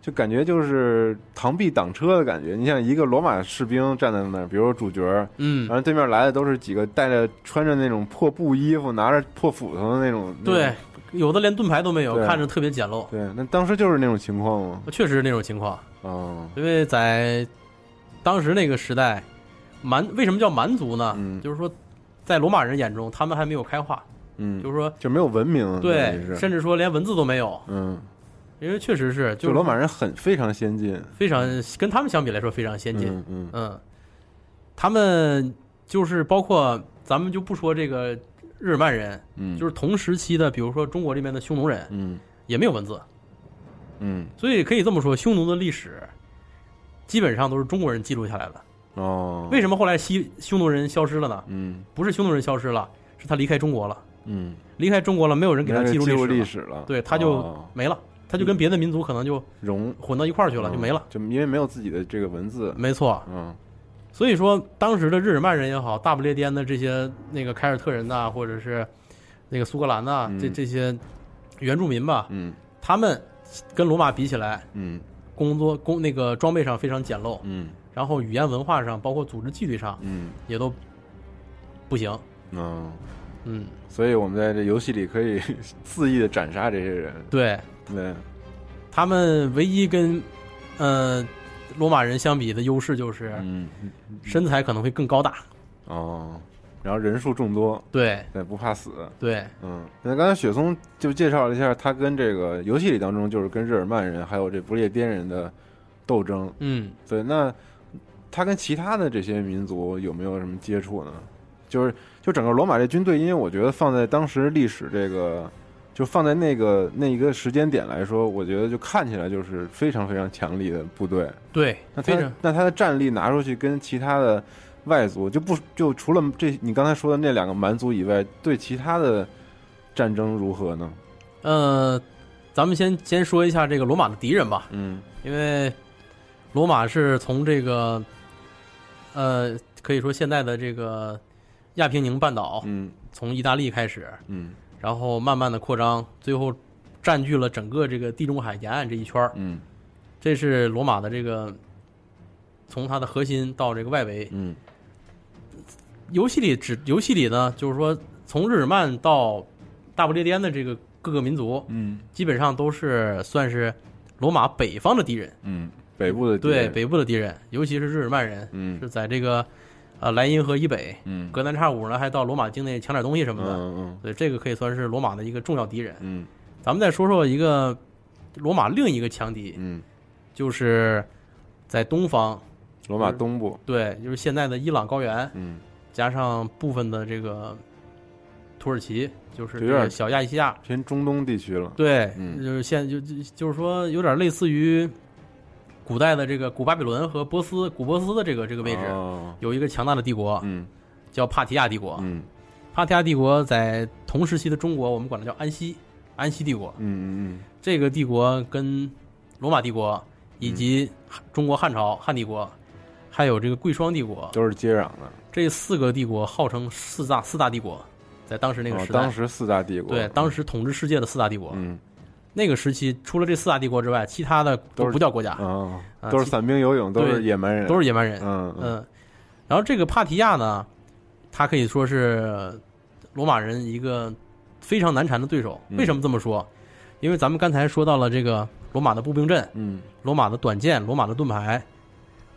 就感觉就是螳臂挡车的感觉。你像一个罗马士兵站在那儿，比如说主角，嗯然，后对面来的都是几个带着穿着那种破布衣服、拿着破斧头的那种。那对种，有的连盾牌都没有，对看着特别简陋，对，那当时就是那种情况吗？确实是那种情况。嗯因为在当时那个时代，蛮为什么叫蛮族呢？嗯就是说，在罗马人眼中，他们还没有开化，嗯，就是是说。就没有文明，对等于，是甚至说连文字都没有，嗯，因为确实是，就就是罗马人很非常先进，非常跟他们相比来说非常先进。嗯嗯嗯，他们就是包括咱们就不说这个日耳曼人，嗯，就是同时期的，比如说中国这边的匈奴人嗯也没有文字，嗯所以可以这么说，匈奴的历史基本上都是中国人记录下来的。哦，为什什么后来西匈奴人消失了呢？嗯不是匈奴人消失了，是他离开中国了，嗯，离开中国了，没有人给那他是记记录历史了，历史了，对，他就哦没了，他就跟别的民族可能就融混到一块儿去了，就没了。嗯就因为没有自己的这个文字，没错，嗯所以说，当时的日耳曼人也好，大不列颠的这些那个凯尔特人呐、或者是那个苏格兰呐、嗯这这些原住民吧，嗯他们跟罗马比起来，嗯工作工那个装备上非常简陋，嗯然后语言文化上，包括组织纪律上嗯也都不行。嗯，嗯，所以我们在这游戏里可以 <laughs> 肆意的斩杀这些人，对对，他们唯一跟呃罗马人相比的优势就是嗯身材可能会更高大。哦，然后人数众多，对对，不怕死。对，嗯，那刚才雪松就介绍了一下他跟这个游戏里当中就是跟日耳曼人还有这不列颠人的斗争。嗯，对，那他跟其他的这些民族有没有什么接触呢？就是就整个罗马这军队，因为我觉得放在当时历史这个，就放在那个那一个时间点来说，我觉得就看起来就是非常非常强力的部队。对，那非他常那他的战力拿出去跟其他的外族就不就除了这你刚才说的那两个蛮族以外，对其他的战争如何呢？呃，咱们先先说一下这个罗马的敌人吧。嗯因为罗马是从这个呃，可以说现在的这个亚平宁半岛，嗯从意大利开始，嗯然后慢慢的扩张，最后占据了整个这个地中海沿岸这一圈儿。嗯这是罗马的这个从它的核心到这个外围。嗯游戏里只游戏里呢，就是说从日耳曼到大不列颠的这个各个民族，嗯基本上都是算是罗马北方的敌人。嗯，北部的敌对人北部的敌人，尤其是日耳曼人，嗯是在这个呃莱茵河以北，嗯隔三差五呢还到罗马境内抢点东西什嗯么的，嗯所以这个可以算是罗马的一个重要敌人。嗯咱们再说说一个罗马另一个强敌，嗯，就是在东方，罗马东部对，就是现在的伊朗高原，嗯加上部分的这个土耳其，就是这有个点小亚细亚，偏中东地区了。对，嗯就是现就就就是说有点类似于古代的这个古巴比伦和波斯古波斯的这个这个位置，哦有一个强大的帝国嗯叫帕提亚帝国。嗯帕提亚帝国在同时期的中国，我们管它叫安息安息帝国。嗯嗯这个帝国跟罗马帝国以及中国汉朝汉帝国，还有这个贵霜帝国嗯，，都是接壤的。这四个帝国号称四大四大帝国，在当时那个时哦代，当时四大帝国，对当时统治世界的四大帝国。嗯那个时期，除了这四大帝国之外，其他的都都是不叫国家，啊，啊都是其散兵游泳，都是对野蛮人，都是野蛮人。嗯嗯嗯，然后这个帕提亚呢，它可以说是罗马人一个非常难缠的对手。嗯为什么这么说？因为咱们刚才说到了这个罗马的步兵阵、嗯罗马的短剑、罗马的盾牌、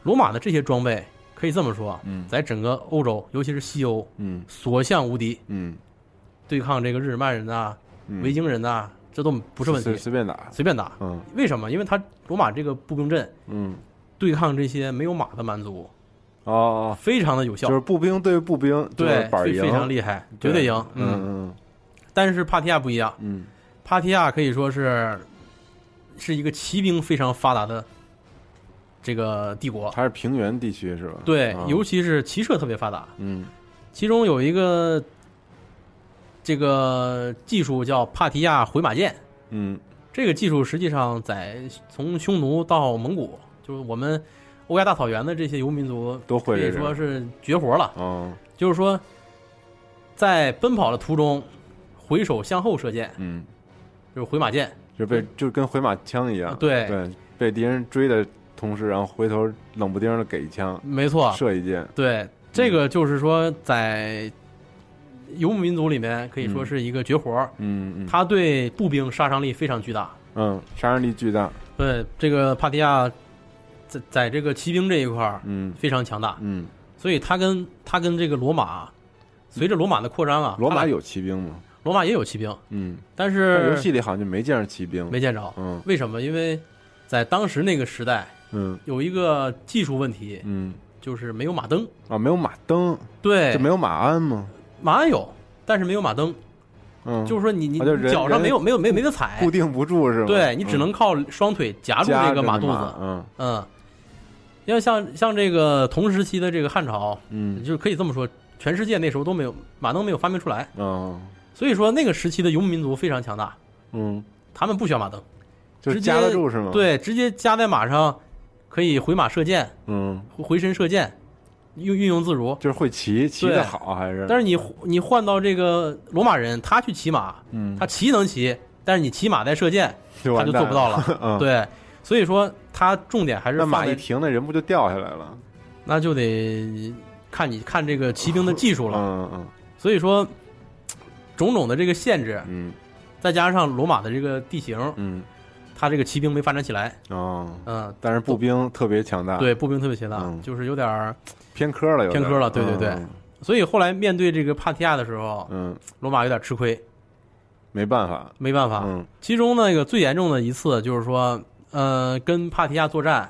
罗马的这些装备，可以这么说，嗯在整个欧洲，尤其是西欧，嗯所向无敌，嗯对抗这个日耳曼人呐、嗯，维京人呐、这都不是问题随，随便打，随便打。嗯为什么？因为他罗马这个步兵阵嗯对抗这些没有马的蛮族，哦哦，非常的有效就，是步兵对步兵，就是对，板儿非赢，非常厉害，绝对赢。嗯，嗯但是帕提亚不一样，嗯帕提亚可以说是是一个骑兵非常发达的这个帝嗯，国，它是平原地区是吧？对啊，尤其是骑射特别发达。嗯其中有一个这个技术叫帕提亚回马剑，嗯这个技术实际上在从匈奴到蒙古，就是我们欧亚大草原的这些游牧民族，都会可这以个说是绝活了。哦就是说，在奔跑的途中，回首向后射箭，嗯，就是回马箭，就被就跟回马枪一样，啊对对，被敌人追的同时，然后回头冷不丁的给一枪，没错，射一箭，对，这个就是说在游牧民族里面可以说是一个绝活儿，嗯嗯嗯，他对步兵杀伤力非常巨大。嗯杀伤力巨大，对，这个帕提亚在在这个骑兵这一块儿嗯非常强大，嗯，所以他跟他跟这个罗马，随着罗马的扩张啊，罗他马俩有骑兵吗？罗马也有骑兵，嗯，但但是游戏里好像就没见着骑兵，没见着，嗯为什么？因为在当时那个时代。嗯有一个技术问题，嗯就是没有马灯。啊，没有马灯，对，就没有马鞍吗？马鞍有，但是没有马灯，嗯，就是说你你啊就人脚上没有人没有没有没得嗯踩固，定不住是吗？对你嗯只能靠双腿夹住夹这着个马肚马子。嗯嗯，因为像像这个同时期的这个汉朝，嗯就是可以这么说，全世界那时候都没有马灯没有发明出来，嗯所以说那个时期的游牧民族非常强大，嗯，他们不需要马灯，就直接夹得住是吗？，对，直接夹在马上，可以回马射箭，嗯，回身射箭，运运用自如。就是会骑，骑对得好还是？但是是你你换到这个罗马人，他去骑马，嗯，他骑能骑，但是你骑马带射箭，就他完就蛋做不到了。 <laughs> 了。嗯，对，所以说他重点还是那放马在一停，那人不就掉下来了？那就得看你看这个骑兵的技术了。嗯嗯所以说，种种的这个限制，嗯再加上罗马的这个地形，嗯他这个骑兵没发展起来。嗯哦，嗯，但是步兵特别强大，，对，步兵特别强大啊嗯，就是有点儿。偏科了有点偏科了对对对嗯所以后来面对这个帕提亚的时候，嗯，罗马有点吃亏，没办法，没办法。嗯其中那个最严重的一次就是说，呃，跟帕提亚作战，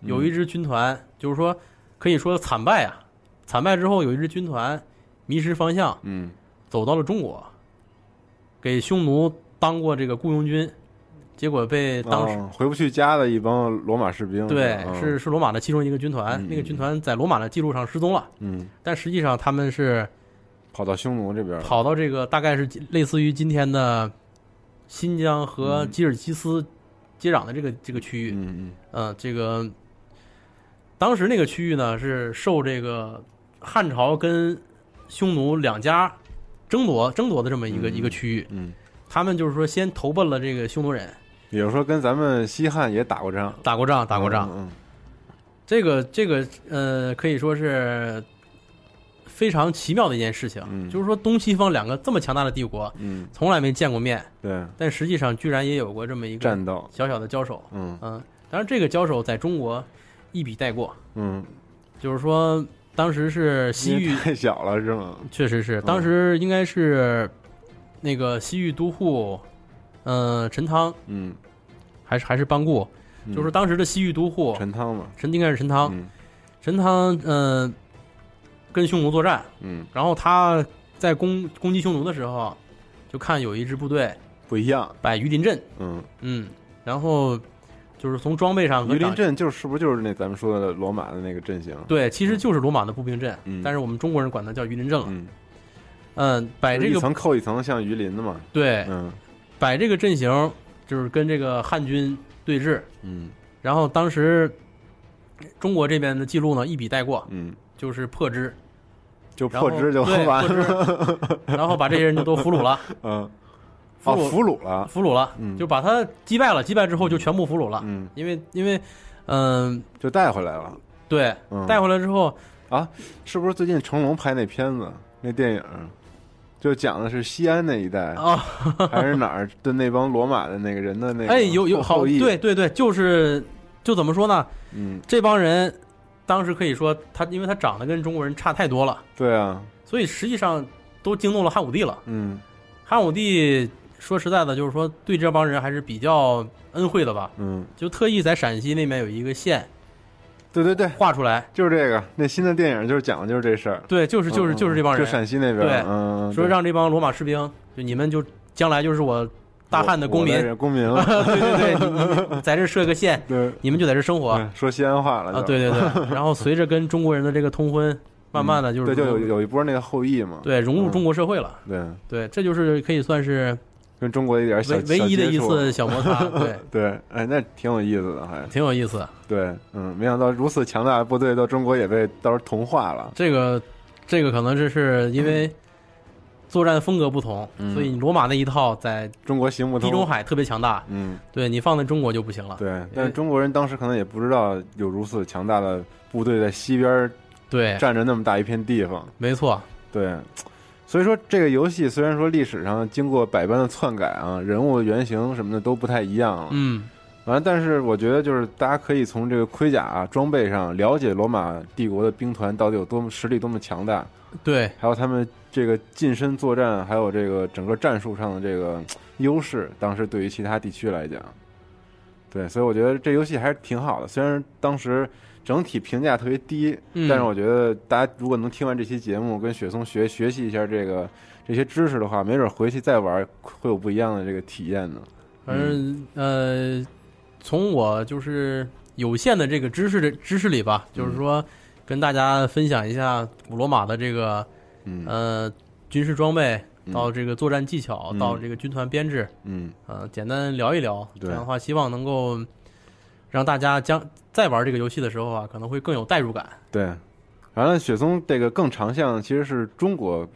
有一支军团、嗯就是说可以说惨败啊，惨败之后有一支军团迷失方向，嗯走到了中国，给匈奴当过这个雇佣军，结果被当时、哦回不去家的一帮罗马士兵，对、嗯是是罗马的其中一个军团，嗯那个军团在罗马的记录上失踪了，嗯，但实际上他们是跑到匈奴这边了，跑到这个大概是类似于今天的新疆和吉尔吉斯接壤的这个、这个区域。嗯嗯嗯，这个当时那个区域呢是受这个汉朝跟匈奴两家争夺争夺的这么一个、嗯一个区域，嗯，他们就是说先投奔了这个匈奴人，也就是说跟咱们西汉也打过仗，打过仗，打过仗。嗯这个这个呃，可以说是非常奇妙的一件事情，嗯就是说东西方两个这么强大的帝国嗯，从来没见过面，嗯但实际上居然也有过这么一对，个战斗，小小的交手。嗯嗯，当然这个交手在中国一笔带过。嗯，就是说当时是西因域为，嗯太小了是吗？确实是当时应该是那个西域都护，呃，陈汤嗯，还是还是班固，嗯就是当时的西域都护陈汤嘛，陈应该是陈汤，嗯陈汤呃跟匈奴作战，嗯，然后他在攻攻击匈奴的时候，就看有一支部队不一样，摆榆林阵，嗯嗯，然后就是从装备上和鱼长鳞阵就是不是就是那咱们说的罗马的那个阵型？对，其实就是罗马的步兵阵，嗯但是我们中国人管它叫鱼鳞阵了。嗯，嗯，摆就是这一个哎层扣一层，像鱼鳞的嘛。对，嗯摆这个阵型就是跟这个汉军对峙，嗯然后当时中国这边的记录呢一笔带过，嗯，就是破之，就然后破之就对完破了。之，然后把这些人就都俘 <laughs> 虏了，嗯，俘哦，虏俘虏了。俘虏了，嗯就把他击败了，击败之后就全部俘虏了，嗯，因为因为嗯、就带回来了。对，嗯带回来之后，是不是最近成龙拍那片子那电影，就讲的是西安那一带哦， <laughs> 还是哪儿的那帮罗马的那个人的那个哎，有有好，后裔对，对对，就是就怎么说呢？嗯，这帮人当时可以说他，因为他长得跟中国人差太多了，对啊，所以实际上都惊动了汉武帝了。嗯汉武帝说实在的，就是说对这帮人还是比较恩惠的吧，嗯，就特意在陕西那边有一个县对对对，画出来，就是这个，那新的电影就是讲的就是这事儿，对，就是就是嗯就是这帮就人，陕西那边，对嗯，嗯说让这帮罗马士兵，就你们就将来就是我大汉的公民我我，人公民了， <laughs> 对对对，你你 <laughs> 在这设个县，对，你们就在这生活嗯说西安话了啊，就嗯对，对对。然后随着跟中国人的这个通婚，慢慢的就嗯对，是就有有一波那个后裔嘛，对融入嗯中国社会了，对，对，这就是可以算是跟中国一点小唯唯一的一，小接次小摩擦， <laughs> 对，触对，哎，那挺有意思的，还挺有意思。对，嗯，没想到如此强大的部队到中国也被到时候同化了，这个这个可能这是因为作战风格不同，嗯所以罗马那一套在中国行不通，地中海特别强大，嗯，对你放在中国就不行了。对，但是中国人当时可能也不知道有如此强大的部队在西边儿 <laughs> 对，占着那么大一片地方，没错，对，所以说这个游戏虽然说历史上经过百般的篡改啊，人物原型什么的都不太一样了，嗯，完了，但是我觉得就是大家可以从这个盔甲、啊、装备上了解罗马帝国的兵团到底有多么实力多么强大，对还有他们这个近身作战，还有这个整个战术上的这个嗯优势，当时对于其他地区来讲，对，所以我觉得这游戏还是挺好的。虽然当时整体评价特别低，嗯但是我觉得大家如果能听完这期节目，跟雪松学学习一下这个这些知识的话，没准回去再玩会有不一样的这个体验呢。反嗯正呃，从我就是有限的这个知识的知识里嗯吧，就是说跟大家分享一下古罗马的这个嗯呃军事装备，到这个作战技巧，嗯到这个军团编制，嗯，呃，简单聊一聊。对这样的话，希望能够让大家将在玩这个游戏的时候啊，可能会更有代入感。对。完了，雪松这个更长项其实是中国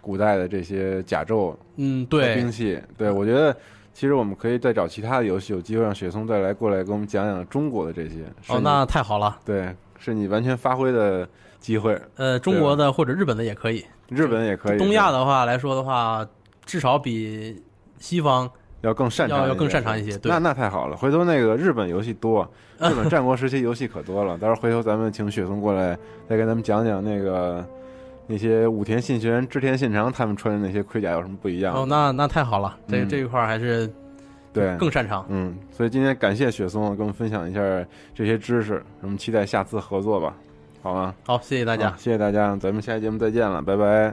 古代的这些甲胄嗯，和兵对，器。对，我觉得其实我们可以再找其他的游戏，有机会让雪松再来过来给我们讲讲中国的这些。是哦，你那太好了。对，是你完全发挥的机会。呃，中国的或者日本的也可以。日本啊也可以，东亚的的话来说的话，至少比西方要更擅长一要些，要更擅长一些对那那太好了，回头那个日本游戏多，日本战国时期游戏可多了。到时候回头咱们请雪松过来，再跟咱们讲讲那个。那些武田信玄、织田信长他们穿的那些盔甲有什么不一样？哦，那那太好了，这、嗯这一块儿还是对，更擅长。嗯，所以今天感谢雪松跟我们分享一下这些知识，我们期待下次合作吧，好吗？好，谢谢大家啊。谢谢大家，咱们下期节目再见了，拜拜。